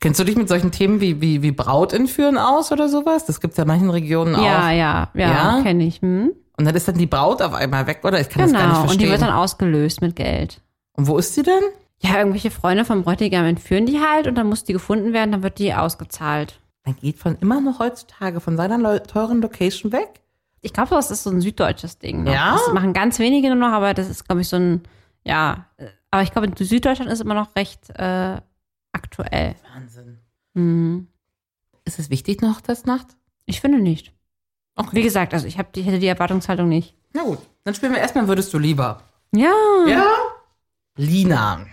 Speaker 2: Kennst du dich mit solchen Themen wie, wie, wie Braut entführen aus oder sowas? Das gibt es ja in manchen Regionen auch.
Speaker 3: Ja, ja, ja,
Speaker 2: Ja?
Speaker 3: kenne ich. Hm?
Speaker 2: Und dann ist dann die Braut auf einmal weg, oder? Ich kann das gar nicht
Speaker 3: Genau. Und
Speaker 2: verstehen.
Speaker 3: die wird dann ausgelöst mit Geld.
Speaker 2: Und wo ist sie denn?
Speaker 3: Ja, irgendwelche Freunde vom Bräutigam entführen die halt und dann muss die gefunden werden, dann wird die ausgezahlt.
Speaker 2: Man geht von immer noch heutzutage von seiner leu- teuren Location weg.
Speaker 3: Ich glaube, das ist so ein süddeutsches Ding. Noch.
Speaker 2: Ja?
Speaker 3: Das machen ganz wenige nur noch, aber das ist, glaube ich, so ein, ja. äh, Aber ich glaube, in Süddeutschland ist immer noch recht äh, aktuell.
Speaker 2: Wahnsinn. Mhm.
Speaker 3: Hm.
Speaker 2: Ist es wichtig, eine Hochzeitsnacht?
Speaker 3: Ich finde nicht.
Speaker 2: Okay.
Speaker 3: Wie gesagt, also ich hab die, hätte die Erwartungshaltung nicht.
Speaker 2: Na gut. Dann spielen wir erstmal Würdest du lieber.
Speaker 3: Ja.
Speaker 2: Ja? Lina.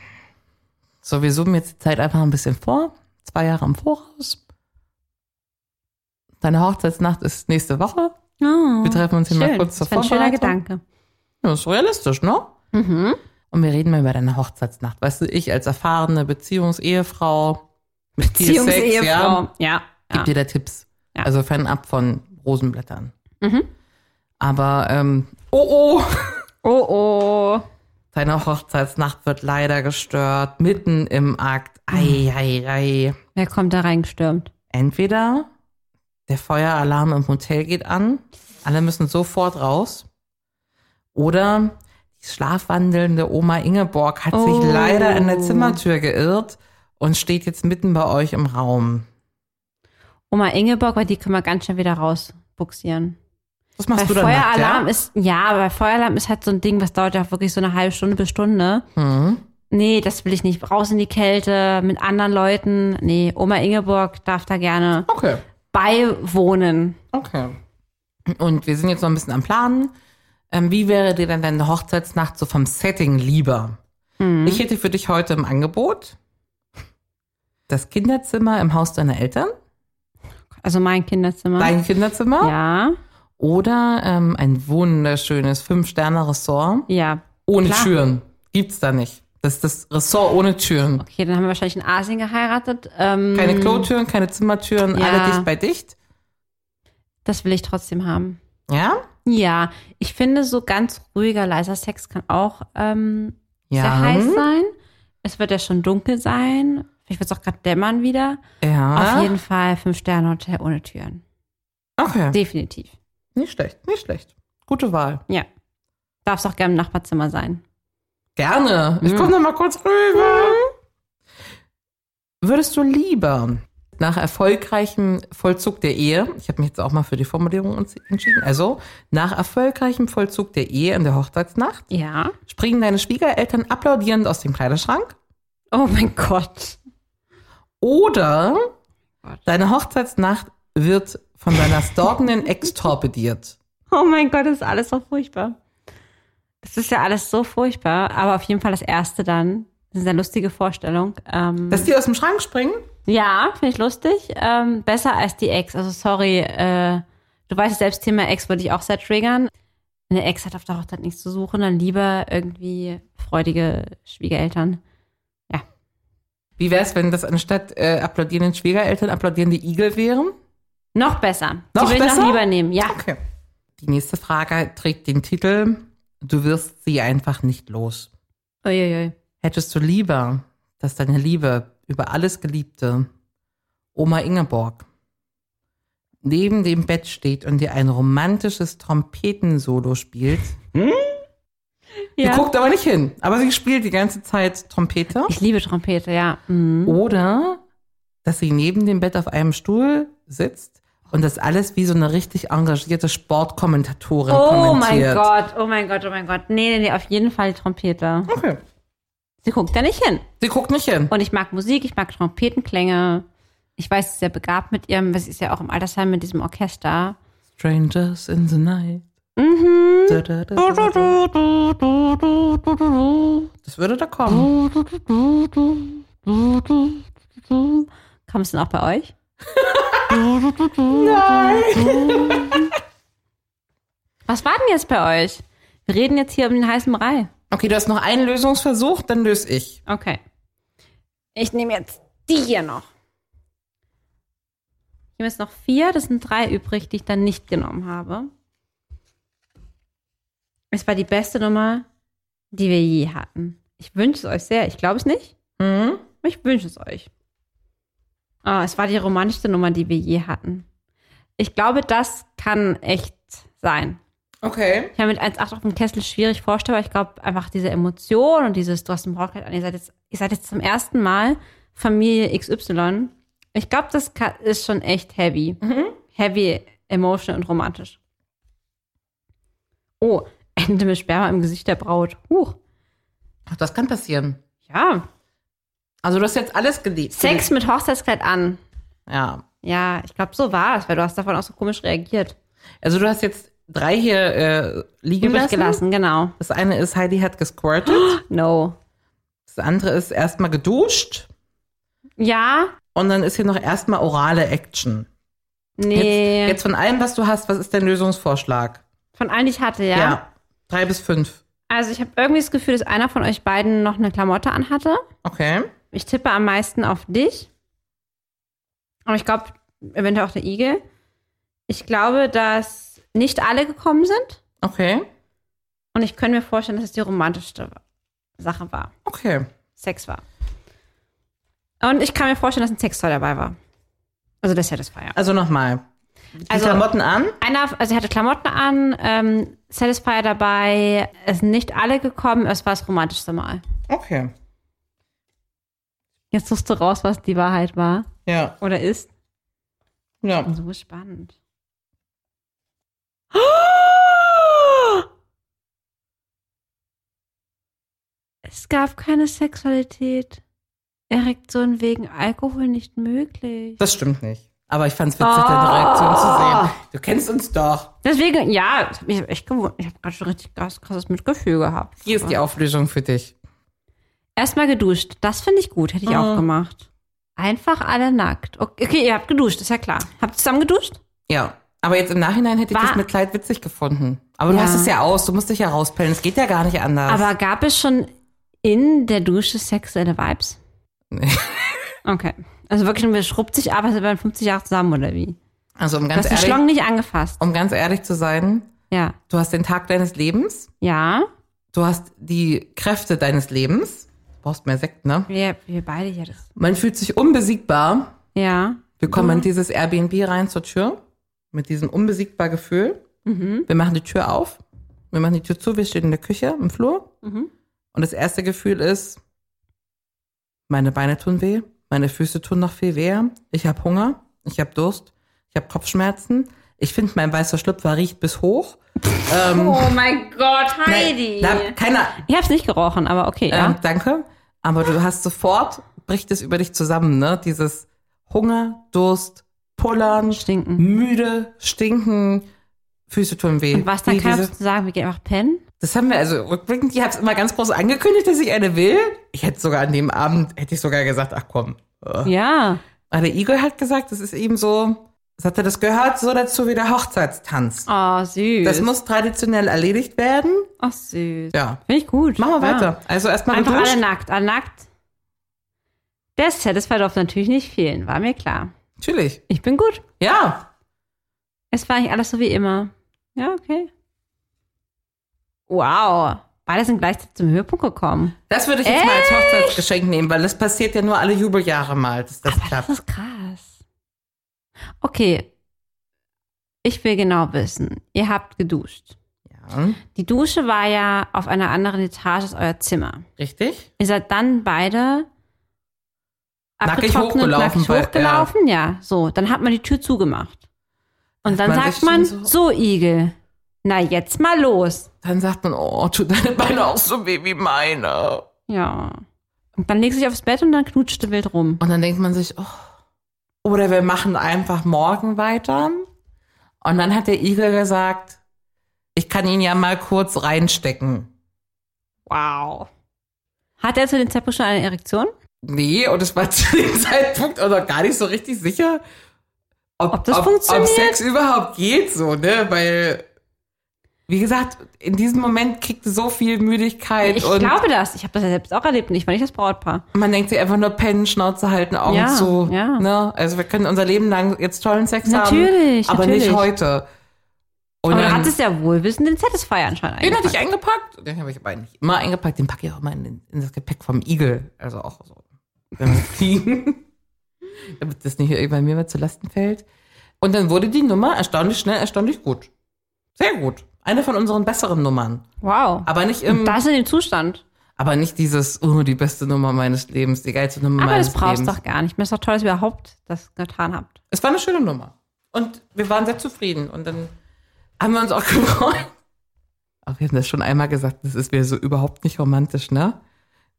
Speaker 2: So, wir zoomen jetzt die Zeit einfach ein bisschen vor. Zwei Jahre im Voraus. Deine Hochzeitsnacht ist nächste Woche.
Speaker 3: Oh,
Speaker 2: Wir treffen uns hier mal
Speaker 3: schön.
Speaker 2: kurz zur
Speaker 3: Das war ein schöner
Speaker 2: Vorbereitung.
Speaker 3: Gedanke.
Speaker 2: Ja, ist realistisch, ne?
Speaker 3: Mhm.
Speaker 2: Und wir reden mal über deine Hochzeitsnacht. Weißt du, ich als erfahrene Beziehungsehefrau mit viel Sex, ja,
Speaker 3: Beziehungsehefrau. Ja.
Speaker 2: gib
Speaker 3: ja.
Speaker 2: dir da Tipps.
Speaker 3: Ja.
Speaker 2: Also fernab von Rosenblättern.
Speaker 3: Mhm.
Speaker 2: Aber, ähm, oh oh,
Speaker 3: Oh, oh.
Speaker 2: deine Hochzeitsnacht wird leider gestört, mitten im Akt. Ei, ei, ei.
Speaker 3: Wer kommt da reingestürmt?
Speaker 2: Entweder der Feueralarm im Hotel geht an, alle müssen sofort raus. Oder die schlafwandelnde Oma Ingeborg hat
Speaker 3: Oh.
Speaker 2: sich leider in der Zimmertür geirrt und steht jetzt mitten bei euch im Raum.
Speaker 3: Oma Ingeborg, weil die können wir ganz schnell wieder rausbuxieren.
Speaker 2: Was machst du
Speaker 3: bei
Speaker 2: dann? nackt,
Speaker 3: Feueralarm ist, ja, aber bei Feueralarm ist halt so ein Ding, was dauert ja auch wirklich so eine halbe Stunde bis Stunde.
Speaker 2: ja? Hm.
Speaker 3: Nee, das will ich nicht. Raus in die Kälte mit anderen Leuten. Nee, Oma Ingeborg darf da gerne
Speaker 2: Okay.
Speaker 3: beiwohnen.
Speaker 2: Okay. Und wir sind jetzt noch ein bisschen am Planen. Ähm, wie wäre dir denn deine Hochzeitsnacht so vom Setting lieber?
Speaker 3: Mhm.
Speaker 2: Ich hätte für dich heute im Angebot das Kinderzimmer im Haus deiner Eltern,
Speaker 3: Also mein Kinderzimmer.
Speaker 2: dein Kinderzimmer
Speaker 3: ja,
Speaker 2: oder ähm, ein wunderschönes Fünf-Sterne-Ressort
Speaker 3: ja.
Speaker 2: ohne
Speaker 3: Klar.
Speaker 2: Türen. Gibt's da nicht. Das ist das Ressort ohne Türen.
Speaker 3: Okay, dann haben wir wahrscheinlich in Asien geheiratet. Ähm,
Speaker 2: Keine Klotüren, keine Zimmertüren,
Speaker 3: Ja.
Speaker 2: alle dicht bei dicht.
Speaker 3: Das will ich trotzdem haben.
Speaker 2: Ja?
Speaker 3: Ja, ich finde so ganz ruhiger, leiser Sex kann auch ähm, sehr
Speaker 2: Ja.
Speaker 3: heiß sein. Es wird ja schon dunkel sein. Vielleicht wird es auch gerade dämmern wieder.
Speaker 2: Ja.
Speaker 3: Auf jeden Fall Fünf-Sterne-Hotel ohne Türen.
Speaker 2: Okay.
Speaker 3: Definitiv.
Speaker 2: Nicht schlecht, nicht schlecht. Gute Wahl.
Speaker 3: Ja. Darf es auch gerne im Nachbarzimmer sein.
Speaker 2: Gerne.
Speaker 3: Mhm.
Speaker 2: Ich komme noch mal kurz rüber. Würdest du lieber nach erfolgreichem Vollzug der Ehe, ich habe mich jetzt auch mal für die Formulierung uns- entschieden, also nach erfolgreichem Vollzug der Ehe in der Hochzeitsnacht
Speaker 3: Ja.
Speaker 2: springen deine Schwiegereltern applaudierend aus dem Kleiderschrank
Speaker 3: Oh mein Gott.
Speaker 2: oder deine Hochzeitsnacht wird von deiner stalkenden Ex torpediert.
Speaker 3: Oh mein Gott, das ist alles so furchtbar. Das ist ja alles so furchtbar. Aber auf jeden Fall das erste dann. Das ist eine lustige Vorstellung. Ähm,
Speaker 2: Dass die aus dem Schrank springen?
Speaker 3: Ja, finde ich lustig. Ähm, besser als die Ex. Also sorry, äh, du weißt selbst, Thema Ex würde ich auch sehr triggern. Eine Ex hat auf der Hochzeit nichts zu suchen, dann lieber irgendwie freudige Schwiegereltern.
Speaker 2: Wie wäre es, wenn das anstatt äh, applaudierenden Schwiegereltern applaudierende Igel wären?
Speaker 3: Noch besser.
Speaker 2: Noch
Speaker 3: die würde ich
Speaker 2: besser?
Speaker 3: noch lieber nehmen, ja.
Speaker 2: Okay. Die nächste Frage trägt den Titel Du wirst sie einfach nicht los.
Speaker 3: Uiuiui.
Speaker 2: Hättest du lieber, dass deine Liebe über alles Geliebte, Oma Ingeborg, neben dem Bett steht und dir ein romantisches Trompetensolo spielt?
Speaker 3: Ja.
Speaker 2: Die guckt aber nicht hin, aber sie spielt die ganze Zeit Trompete.
Speaker 3: Ich liebe Trompete, ja.
Speaker 2: *laughs*
Speaker 3: Mhm.
Speaker 2: Oder dass sie neben dem Bett auf einem Stuhl sitzt und das alles wie so eine richtig engagierte Sportkommentatorin
Speaker 3: Oh mein
Speaker 2: kommentiert.
Speaker 3: Gott, oh mein Gott, oh mein Gott. Nee, nee, nee, auf jeden Fall die Trompete.
Speaker 2: Okay.
Speaker 3: Sie guckt da nicht hin.
Speaker 2: Sie guckt nicht hin.
Speaker 3: Und ich mag Musik, ich mag Trompetenklänge. Ich weiß, sie ist sehr begabt mit ihrem, sie ist ja auch im Altersheim mit diesem Orchester.
Speaker 2: Strangers in the night.
Speaker 3: Mhm.
Speaker 2: Da, da, da, da, da. Das würde da kommen.
Speaker 3: Kam es denn auch bei euch? Nein. Was war denn jetzt bei euch? Wir reden jetzt hier um den heißen Brei.
Speaker 2: Okay, du hast noch einen Lösungsversuch, dann löse ich.
Speaker 3: Okay. Ich nehme jetzt die hier noch. Ich nehme jetzt noch vier, das sind drei übrig, die ich dann nicht genommen habe. Es war die beste Nummer, die wir je hatten. Ich wünsche es euch sehr. Ich glaube es nicht.
Speaker 2: Mhm.
Speaker 3: aber Ich wünsche es euch. Ah, es war die romantischste Nummer, die wir je hatten. Ich glaube, das kann echt sein.
Speaker 2: Okay.
Speaker 3: Ich habe mit 1,8 auf dem Kessel schwierig vorstellbar. Ich glaube einfach diese Emotion und dieses, du hast ein Brautkleid an, ihr seid jetzt, ihr seid jetzt zum ersten Mal Familie XY. Ich glaube, das ka- ist schon echt heavy. Heavy, emotional und romantisch. Oh, Ende mit Sperma im Gesicht der Braut. Huch.
Speaker 2: Ach, das kann passieren.
Speaker 3: Ja.
Speaker 2: Also du hast jetzt alles geliebt.
Speaker 3: Sex mit Hochzeitskleid an.
Speaker 2: Ja.
Speaker 3: Ja, ich glaube, so war es, weil du hast davon auch so komisch reagiert.
Speaker 2: Also du hast jetzt drei hier äh, liegen
Speaker 3: Übrig
Speaker 2: lassen.
Speaker 3: gelassen, genau.
Speaker 2: Das eine ist, Heidi hat
Speaker 3: *gasps*
Speaker 2: gesquirtet.
Speaker 3: No.
Speaker 2: Das andere ist erstmal geduscht.
Speaker 3: Ja,
Speaker 2: Und dann ist hier noch erstmal orale Action.
Speaker 3: nee.
Speaker 2: Jetzt, jetzt von allem, was du hast, was ist dein Lösungsvorschlag?
Speaker 3: Von allen, die ich hatte, ja.
Speaker 2: Drei bis fünf.
Speaker 3: Also ich habe irgendwie das Gefühl, dass einer von euch beiden noch eine Klamotte anhatte.
Speaker 2: Okay.
Speaker 3: Ich tippe am meisten auf dich. Aber ich glaube, eventuell auch der Igel. Ich glaube, dass nicht alle gekommen sind.
Speaker 2: Okay.
Speaker 3: Und ich könnte mir vorstellen, dass es die romantischste Sache war.
Speaker 2: Okay.
Speaker 3: Sex war. Und ich kann mir vorstellen, dass ein Sextoy dabei war. Also der Satisfier.
Speaker 2: Also nochmal. Die
Speaker 3: Also-
Speaker 2: Klamotten an.
Speaker 3: Einer, also er hatte Klamotten an, ähm, Satisfier dabei. Es sind nicht alle gekommen. Es war das romantischste Mal.
Speaker 2: Okay.
Speaker 3: Jetzt suchst du raus, was die Wahrheit war.
Speaker 2: Ja.
Speaker 3: Oder ist?
Speaker 2: Ja.
Speaker 3: So spannend. *gasps* Es gab keine Sexualität. Erektion wegen Alkohol nicht möglich.
Speaker 2: Das stimmt nicht. Aber ich fand's witzig, deine Reaktion zu sehen. Ah. Du kennst uns doch.
Speaker 3: Deswegen, ja, das hat mich echt gewundert. Ich habe gerade schon richtig krass, krasses Mitgefühl gehabt.
Speaker 2: Hier ist die Auflösung für dich.
Speaker 3: Erstmal geduscht. Das finde ich gut. Hätte ich auch gemacht. Einfach alle nackt. Okay, okay, ihr habt geduscht, ist ja klar. Habt ihr zusammen geduscht?
Speaker 2: Ja. Aber jetzt im Nachhinein hätte ich
Speaker 3: War-
Speaker 2: das mit Kleid witzig gefunden. Aber du
Speaker 3: Ja.
Speaker 2: hast es ja aus. Du musst dich ja rauspellen. Es geht ja gar nicht anders.
Speaker 3: Aber gab es schon in der Dusche sexuelle Vibes?
Speaker 2: Nee. *laughs*
Speaker 3: Okay. Also wirklich, man schrubbt sich ab, als wären 50 Jahre zusammen oder wie?
Speaker 2: Also um
Speaker 3: Du hast
Speaker 2: ganz,
Speaker 3: die
Speaker 2: ehrlich,
Speaker 3: Schlong nicht angefasst.
Speaker 2: um ganz ehrlich zu sein,
Speaker 3: Ja.
Speaker 2: du hast den Tag deines Lebens,
Speaker 3: Ja.
Speaker 2: du hast die Kräfte deines Lebens, du brauchst mehr Sekt, ne?
Speaker 3: Wir, wir beide hier das.
Speaker 2: Man fühlt sich unbesiegbar.
Speaker 3: Ja.
Speaker 2: Wir kommen
Speaker 3: Mhm.
Speaker 2: in dieses Airbnb rein zur Tür mit diesem unbesiegbar Gefühl.
Speaker 3: Mhm.
Speaker 2: Wir machen die Tür auf, wir machen die Tür zu, wir stehen in der Küche, im Flur.
Speaker 3: Mhm.
Speaker 2: Und das erste Gefühl ist, meine Beine tun weh, meine Füße tun noch viel weh, ich habe Hunger, ich habe Durst, ich habe Kopfschmerzen. Ich finde, mein weißer Schlüpfer riecht bis hoch. ähm,
Speaker 3: *laughs* Oh mein Gott, Heidi.
Speaker 2: na, keiner,
Speaker 3: ich hab's nicht gerochen, aber okay,
Speaker 2: ähm,
Speaker 3: ja.
Speaker 2: danke. Aber du hast sofort, bricht es über dich zusammen, ne? Dieses Hunger, Durst, Pullern,
Speaker 3: Stinken.
Speaker 2: müde, stinken, Füße tun weh.
Speaker 3: Mhm. Und was dann
Speaker 2: Nee,
Speaker 3: kannst
Speaker 2: diese-
Speaker 3: du sagen, wir gehen einfach pennen?
Speaker 2: das haben wir also rückblickend, ich habe es immer ganz groß angekündigt, dass ich eine will. Ich hätte sogar an dem Abend, hätte ich sogar gesagt, ach komm. Äh.
Speaker 3: Ja.
Speaker 2: Aber der Igor hat gesagt, das ist eben so, das hat er das gehört, so dazu wie der Hochzeitstanz.
Speaker 3: Oh, süß.
Speaker 2: Das muss traditionell erledigt werden.
Speaker 3: Ach, süß.
Speaker 2: Ja.
Speaker 3: Finde ich gut.
Speaker 2: Machen wir
Speaker 3: Ja.
Speaker 2: weiter. Also erstmal
Speaker 3: Ah. Einfach
Speaker 2: geduscht.
Speaker 3: alle nackt, alle nackt. Der Satisfier darf natürlich nicht fehlen, war mir klar.
Speaker 2: Natürlich.
Speaker 3: Ich bin gut.
Speaker 2: Ja.
Speaker 3: Es war eigentlich alles so wie immer. Ja, okay. Wow. Beide sind gleichzeitig zum Höhepunkt gekommen.
Speaker 2: Das würde ich jetzt mal als Hochzeitsgeschenk nehmen, weil das passiert ja nur alle Jubeljahre mal, dass das
Speaker 3: Das
Speaker 2: klappt.
Speaker 3: ist krass. Okay. Ich will genau wissen. Ihr habt geduscht.
Speaker 2: Ja.
Speaker 3: Die Dusche war ja auf einer anderen Etage als euer Zimmer.
Speaker 2: Richtig?
Speaker 3: Ihr seid dann beide
Speaker 2: Nackig
Speaker 3: abgetrocknet,
Speaker 2: hochgelaufen,
Speaker 3: nackig
Speaker 2: weil-
Speaker 3: hochgelaufen, ja. So, dann hat man die Tür zugemacht. Und dann
Speaker 2: Man
Speaker 3: sagt
Speaker 2: ist
Speaker 3: man,
Speaker 2: schon
Speaker 3: so Igel, na jetzt mal los.
Speaker 2: Dann sagt man, oh, tu deine Beine auch so weh wie meine.
Speaker 3: Ja. Und dann legst du dich aufs Bett und dann knutscht du wild rum.
Speaker 2: Und dann denkt man sich, oh. Oder wir machen einfach morgen weiter. Und dann hat der Igel gesagt, ich kann ihn ja mal kurz reinstecken.
Speaker 3: Wow. Hat er zu dem Zeitpunkt schon eine Erektion?
Speaker 2: Nee, und es war *laughs* zu dem Zeitpunkt auch noch gar nicht so richtig sicher,
Speaker 3: Ob das funktioniert?
Speaker 2: Ob Sex überhaupt geht so, ne? Weil, wie gesagt, in diesem Moment kriegt so viel Müdigkeit
Speaker 3: Ich
Speaker 2: Halt und
Speaker 3: glaube das. Ich habe das ja selbst auch erlebt und ich war nicht das Brautpaar.
Speaker 2: man denkt sich einfach nur pennen, Schnauze halten, Augen
Speaker 3: Ja,
Speaker 2: zu.
Speaker 3: ja.
Speaker 2: Ne? Also wir können unser Leben lang jetzt tollen Sex
Speaker 3: Natürlich,
Speaker 2: haben, aber
Speaker 3: natürlich.
Speaker 2: nicht heute. Und
Speaker 3: Aber du
Speaker 2: dann-
Speaker 3: hattest ja wohlwissend den Satisfier anscheinend
Speaker 2: den hatte
Speaker 3: eingepackt.
Speaker 2: ich eingepackt. Den habe ich aber nicht immer eingepackt. Den packe ich auch immer in, den, in das Gepäck vom Igel. Also auch so. Wenn wir
Speaker 3: *laughs*
Speaker 2: fliegen. Damit das nicht bei mir mal zu Lasten fällt. Und dann wurde die Nummer erstaunlich schnell, erstaunlich gut. Sehr gut. Eine von unseren besseren Nummern.
Speaker 3: Wow.
Speaker 2: Aber nicht im,
Speaker 3: Das in dem Zustand.
Speaker 2: aber nicht dieses, oh, die beste Nummer meines Lebens, die geilste Nummer
Speaker 3: Aber
Speaker 2: meines
Speaker 3: das brauchst du
Speaker 2: Lebens.
Speaker 3: doch gar nicht. Mir ist doch toll, dass ihr überhaupt das getan habt.
Speaker 2: Es war eine schöne Nummer. Und wir waren sehr zufrieden. Und dann haben wir uns auch *laughs* gefreut. Auch wir haben das schon einmal gesagt, das ist mir so überhaupt nicht romantisch, ne?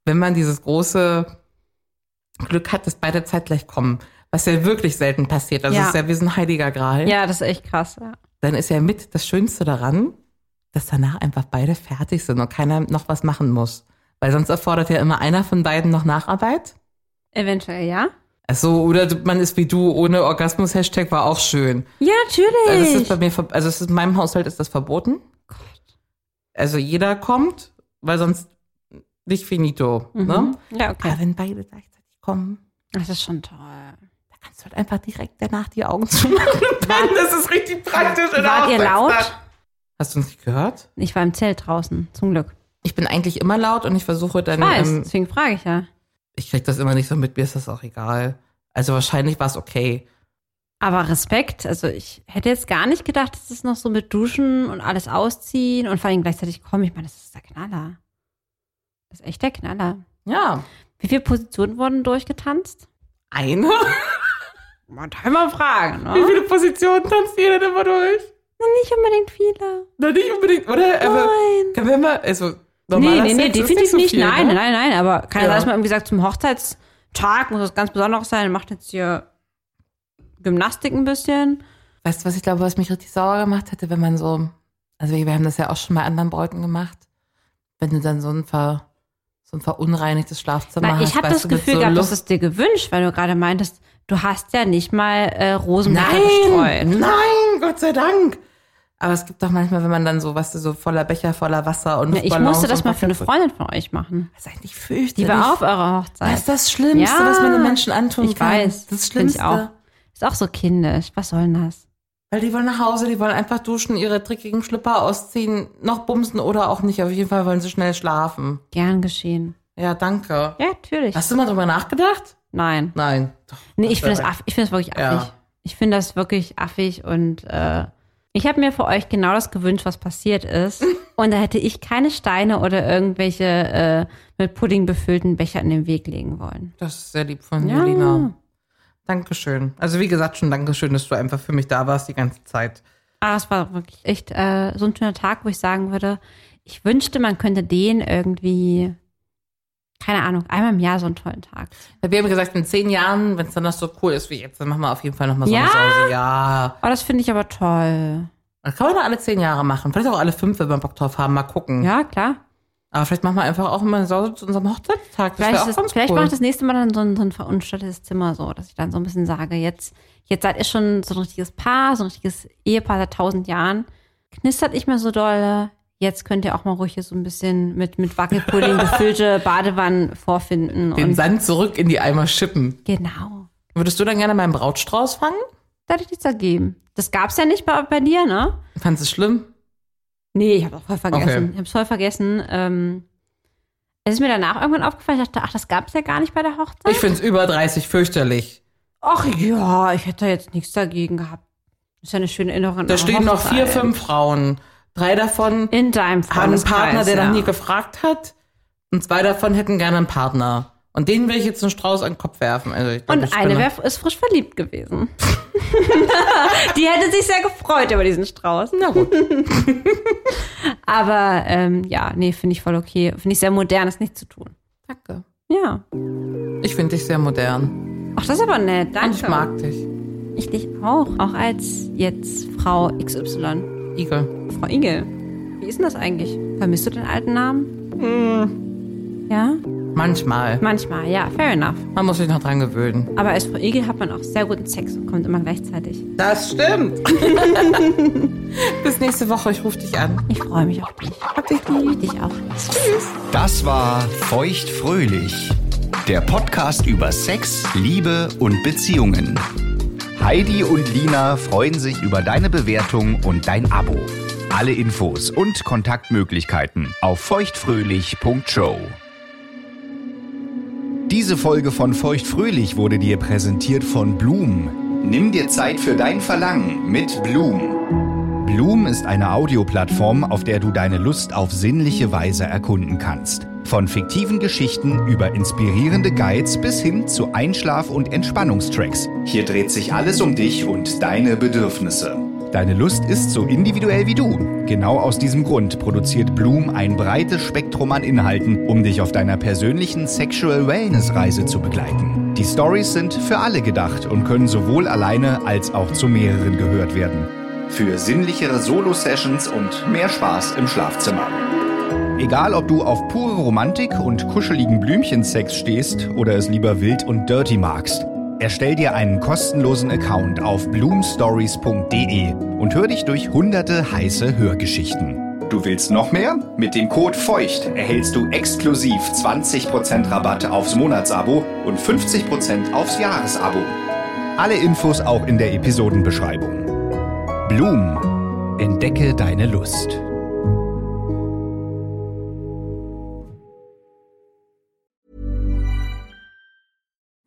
Speaker 2: Wenn man dieses große Glück hat, dass beide zeitgleich kommen, was ja wirklich selten passiert, also
Speaker 3: Ja.
Speaker 2: es ist ja wie so ein heiliger Gral,
Speaker 3: Ja, das ist echt krass. Ja.
Speaker 2: dann ist ja mit das Schönste daran, dass danach einfach beide fertig sind und keiner noch was machen muss. Weil sonst erfordert ja immer einer von beiden noch Nacharbeit.
Speaker 3: Eventuell, ja?
Speaker 2: Ach so, oder du- man ist wie du, ohne Orgasmus-Hashtag war auch schön.
Speaker 3: Ja,
Speaker 2: Also es
Speaker 3: natürlich.
Speaker 2: ist bei mir, ver- also es ist, in meinem Haushalt ist das verboten. Also jeder kommt, weil sonst nicht finito. Ne?
Speaker 3: ja, okay.
Speaker 2: Aber wenn beide gleichzeitig kommen,
Speaker 3: Das ist schon toll.
Speaker 2: da kannst du halt einfach direkt danach die Augen zumachen. *laughs* Dann, das ist richtig praktisch. in der
Speaker 3: Wart ihr
Speaker 2: Hochzeitsnacht.
Speaker 3: laut?
Speaker 2: Hast du uns nicht gehört?
Speaker 3: Ich war im Zelt draußen, zum Glück.
Speaker 2: Ich bin eigentlich immer laut und ich versuche
Speaker 3: Ich
Speaker 2: dann,
Speaker 3: weiß,
Speaker 2: ähm,
Speaker 3: deswegen frage ich ja.
Speaker 2: ich krieg das immer nicht so mit, mir ist das auch egal. Also wahrscheinlich war es okay.
Speaker 3: Aber Respekt, also ich hätte jetzt gar nicht gedacht, dass es noch so mit Duschen und alles ausziehen und vor allem gleichzeitig kommen. Ich meine, das ist der Knaller. Das ist echt der Knaller.
Speaker 2: Ja,
Speaker 3: Wie viele Positionen wurden durchgetanzt?
Speaker 2: eine. *laughs*
Speaker 3: Man kann mal fragen, ne?
Speaker 2: Wie viele Positionen tanzt jeder denn immer durch?
Speaker 3: Na, Nicht unbedingt viele.
Speaker 2: Na, nicht unbedingt, oder? Aber
Speaker 3: Nein.
Speaker 2: Können wir mal, also
Speaker 3: Nee,
Speaker 2: normaler
Speaker 3: nee, nee,
Speaker 2: Sex ist
Speaker 3: definitiv nicht.
Speaker 2: so viel,
Speaker 3: nein,
Speaker 2: ne?
Speaker 3: nein, nein, aber keiner
Speaker 2: Ja.
Speaker 3: ja. mal irgendwie gesagt, zum Hochzeitstag muss was ganz Besonderes sein, macht jetzt hier Gymnastik ein bisschen.
Speaker 2: Weißt du, was ich glaube, was mich richtig sauer gemacht hätte, wenn man so, also wir haben das ja auch schon bei anderen Bräuten gemacht, wenn du dann so ein, ver, so ein verunreinigtes Schlafzimmer
Speaker 3: Weil
Speaker 2: hast.
Speaker 3: ich habe
Speaker 2: weißt
Speaker 3: das
Speaker 2: du, mit
Speaker 3: Gefühl
Speaker 2: so
Speaker 3: gehabt,
Speaker 2: Luft-
Speaker 3: das ist dir gewünscht, weil du gerade meintest, du hast ja nicht mal äh, Rosenblätter
Speaker 2: Nein,
Speaker 3: gestreut.
Speaker 2: nein, Gott sei Dank. Aber es gibt doch manchmal, wenn man dann so, was weißt du, so voller Becher, voller Wasser und
Speaker 3: Ja, ich
Speaker 2: Luftballons
Speaker 3: musste das
Speaker 2: und
Speaker 3: mal für eine
Speaker 2: Raketen.
Speaker 3: Freundin von euch machen.
Speaker 2: Das ist eigentlich fürchterlich.
Speaker 3: Die war auf eurer Hochzeit.
Speaker 2: Das ist das Schlimmste, was man den Menschen antun
Speaker 3: ich
Speaker 2: kann. Das
Speaker 3: Weiß, Finde
Speaker 2: Schlimmste.
Speaker 3: ich auch. Ist auch so kindisch. Was soll denn das?
Speaker 2: Weil die wollen nach Hause, die wollen einfach duschen, ihre dreckigen Schlüpper ausziehen, noch bumsen oder auch nicht. Auf jeden Fall wollen sie schnell schlafen.
Speaker 3: Gern geschehen.
Speaker 2: Ja, danke.
Speaker 3: Ja, natürlich.
Speaker 2: Hast du mal drüber nachgedacht?
Speaker 3: Nein.
Speaker 2: Nein. Doch,
Speaker 3: Nee, ich finde
Speaker 2: das
Speaker 3: das,
Speaker 2: wäre-
Speaker 3: aff- ich find das wirklich
Speaker 2: Ja.
Speaker 3: affig. Ich finde das wirklich affig und äh, ich habe mir für euch genau das gewünscht, was
Speaker 2: *laughs*
Speaker 3: passiert ist. Und da hätte ich keine Steine oder irgendwelche äh, mit Pudding befüllten Becher in den Weg legen wollen.
Speaker 2: Das ist sehr lieb von
Speaker 3: Ja.
Speaker 2: Julina. Dankeschön. Also wie gesagt, schon Dankeschön, dass du einfach für mich da warst die ganze Zeit.
Speaker 3: Aber es war wirklich echt äh, so ein schöner Tag, wo ich sagen würde, ich wünschte, man könnte den irgendwie, keine Ahnung, einmal im Jahr so einen tollen Tag.
Speaker 2: Wir haben gesagt, in zehn Jahren, wenn es dann noch so cool ist wie jetzt, dann machen wir auf jeden Fall nochmal so
Speaker 3: Ja?
Speaker 2: eine Sause. Ja.
Speaker 3: Oh, das finde ich aber toll.
Speaker 2: Das kann man doch alle zehn Jahre machen. Vielleicht auch alle fünf, wenn wir Bock drauf haben. Mal gucken.
Speaker 3: Ja, klar.
Speaker 2: Aber vielleicht machen wir einfach auch mal eine Sause zu unserem Hochzeitstag. Das wäre
Speaker 3: Vielleicht,
Speaker 2: auch
Speaker 3: ist,
Speaker 2: ganz
Speaker 3: vielleicht
Speaker 2: cool.
Speaker 3: mache ich das nächste Mal dann so ein, so ein verunstaltetes Zimmer so, dass ich dann so ein bisschen sage, jetzt, jetzt seid ihr schon so ein richtiges Paar, so ein richtiges Ehepaar seit tausend Jahren. Knistert nicht mehr so doll. Jetzt könnt ihr auch mal ruhig hier so ein bisschen mit,
Speaker 2: *laughs*
Speaker 3: mit Wackelpudding gefüllte Badewannen vorfinden.
Speaker 2: den
Speaker 3: Und
Speaker 2: Sand zurück in die Eimer schippen.
Speaker 3: genau.
Speaker 2: Würdest du dann gerne meinen Brautstrauß fangen?
Speaker 3: Da hätte ich nichts dagegen. Das gab's ja nicht bei, bei dir, ne?
Speaker 2: Fandest du es schlimm?
Speaker 3: Nee, ich habe auch voll vergessen.
Speaker 2: Okay.
Speaker 3: Ich habe es voll vergessen. Ähm, es ist mir danach irgendwann aufgefallen, ich dachte, ach, das gab's ja gar nicht bei der Hochzeit.
Speaker 2: Ich finde es über 30 fürchterlich.
Speaker 3: Ach ja, ich hätte jetzt nichts dagegen gehabt. Ist ja eine schöne Erinnerung.
Speaker 2: Da
Speaker 3: an
Speaker 2: stehen noch
Speaker 3: Hochzeit.
Speaker 2: vier, fünf Frauen. Drei davon
Speaker 3: In deinem
Speaker 2: haben einen
Speaker 3: Freundeskreis.
Speaker 2: Partner, der
Speaker 3: ja.
Speaker 2: noch nie gefragt hat. Und zwei davon hätten gerne einen Partner. Und denen will ich jetzt einen Strauß an den Kopf werfen. Also ich glaub, ich
Speaker 3: Und eine
Speaker 2: spinne.
Speaker 3: wär, ist frisch verliebt gewesen. *laughs* Die hätte sich sehr gefreut über diesen Strauß.
Speaker 2: Na gut.
Speaker 3: *laughs* Aber ähm, ja, nee, finde ich voll okay. Finde ich sehr modern, das nicht zu tun.
Speaker 2: Danke.
Speaker 3: Ja.
Speaker 2: Ich finde dich sehr modern.
Speaker 3: Ach, das ist aber nett. Danke.
Speaker 2: Und ich mag dich.
Speaker 3: Ich dich auch. Auch als jetzt Frau XY.
Speaker 2: Igel.
Speaker 3: Frau Igel. Wie ist denn das eigentlich? Vermisst du den alten Namen? Ja?
Speaker 2: Manchmal.
Speaker 3: Manchmal, ja. Fair enough.
Speaker 2: Man muss sich noch dran gewöhnen.
Speaker 3: Aber als Frau Igel hat man auch sehr guten Sex und kommt immer gleichzeitig.
Speaker 2: Das stimmt. *laughs* Bis nächste Woche. Ich rufe dich an.
Speaker 3: Ich freue mich auf dich. Hab dich lieb. Dich auch.
Speaker 1: Das war Feuchtfröhlich, der Podcast über Sex, Liebe und Beziehungen. Heidi und Lina freuen sich über deine Bewertung und dein Abo. Alle Infos und Kontaktmöglichkeiten auf feuchtfröhlich.show. Diese Folge von Feuchtfröhlich wurde dir präsentiert von Blum. Nimm dir Zeit für dein Verlangen mit Blum. Bloom ist eine Audioplattform, auf der du deine Lust auf sinnliche Weise erkunden kannst. Von fiktiven Geschichten über inspirierende Guides bis hin zu Einschlaf- und Entspannungstracks. Hier dreht sich alles um dich und deine Bedürfnisse. Deine Lust ist so individuell wie du. Genau aus diesem Grund produziert Bloom ein breites Spektrum an Inhalten, um dich auf deiner persönlichen Sexual Wellness Reise zu begleiten. Die Stories sind für alle gedacht und können sowohl alleine als auch zu mehreren gehört werden für sinnlichere Solo-Sessions und mehr Spaß im Schlafzimmer. Egal, ob du auf pure Romantik und kuscheligen Blümchensex stehst oder es lieber wild und dirty magst, erstell dir einen kostenlosen Account auf bloomstories.de und hör dich durch hunderte heiße Hörgeschichten. Du willst noch mehr? Mit dem Code FEUCHT erhältst du exklusiv 20% Rabatt aufs Monatsabo und 50% aufs Jahresabo. Alle Infos auch in der Episodenbeschreibung. Blum. Entdecke deine Lust.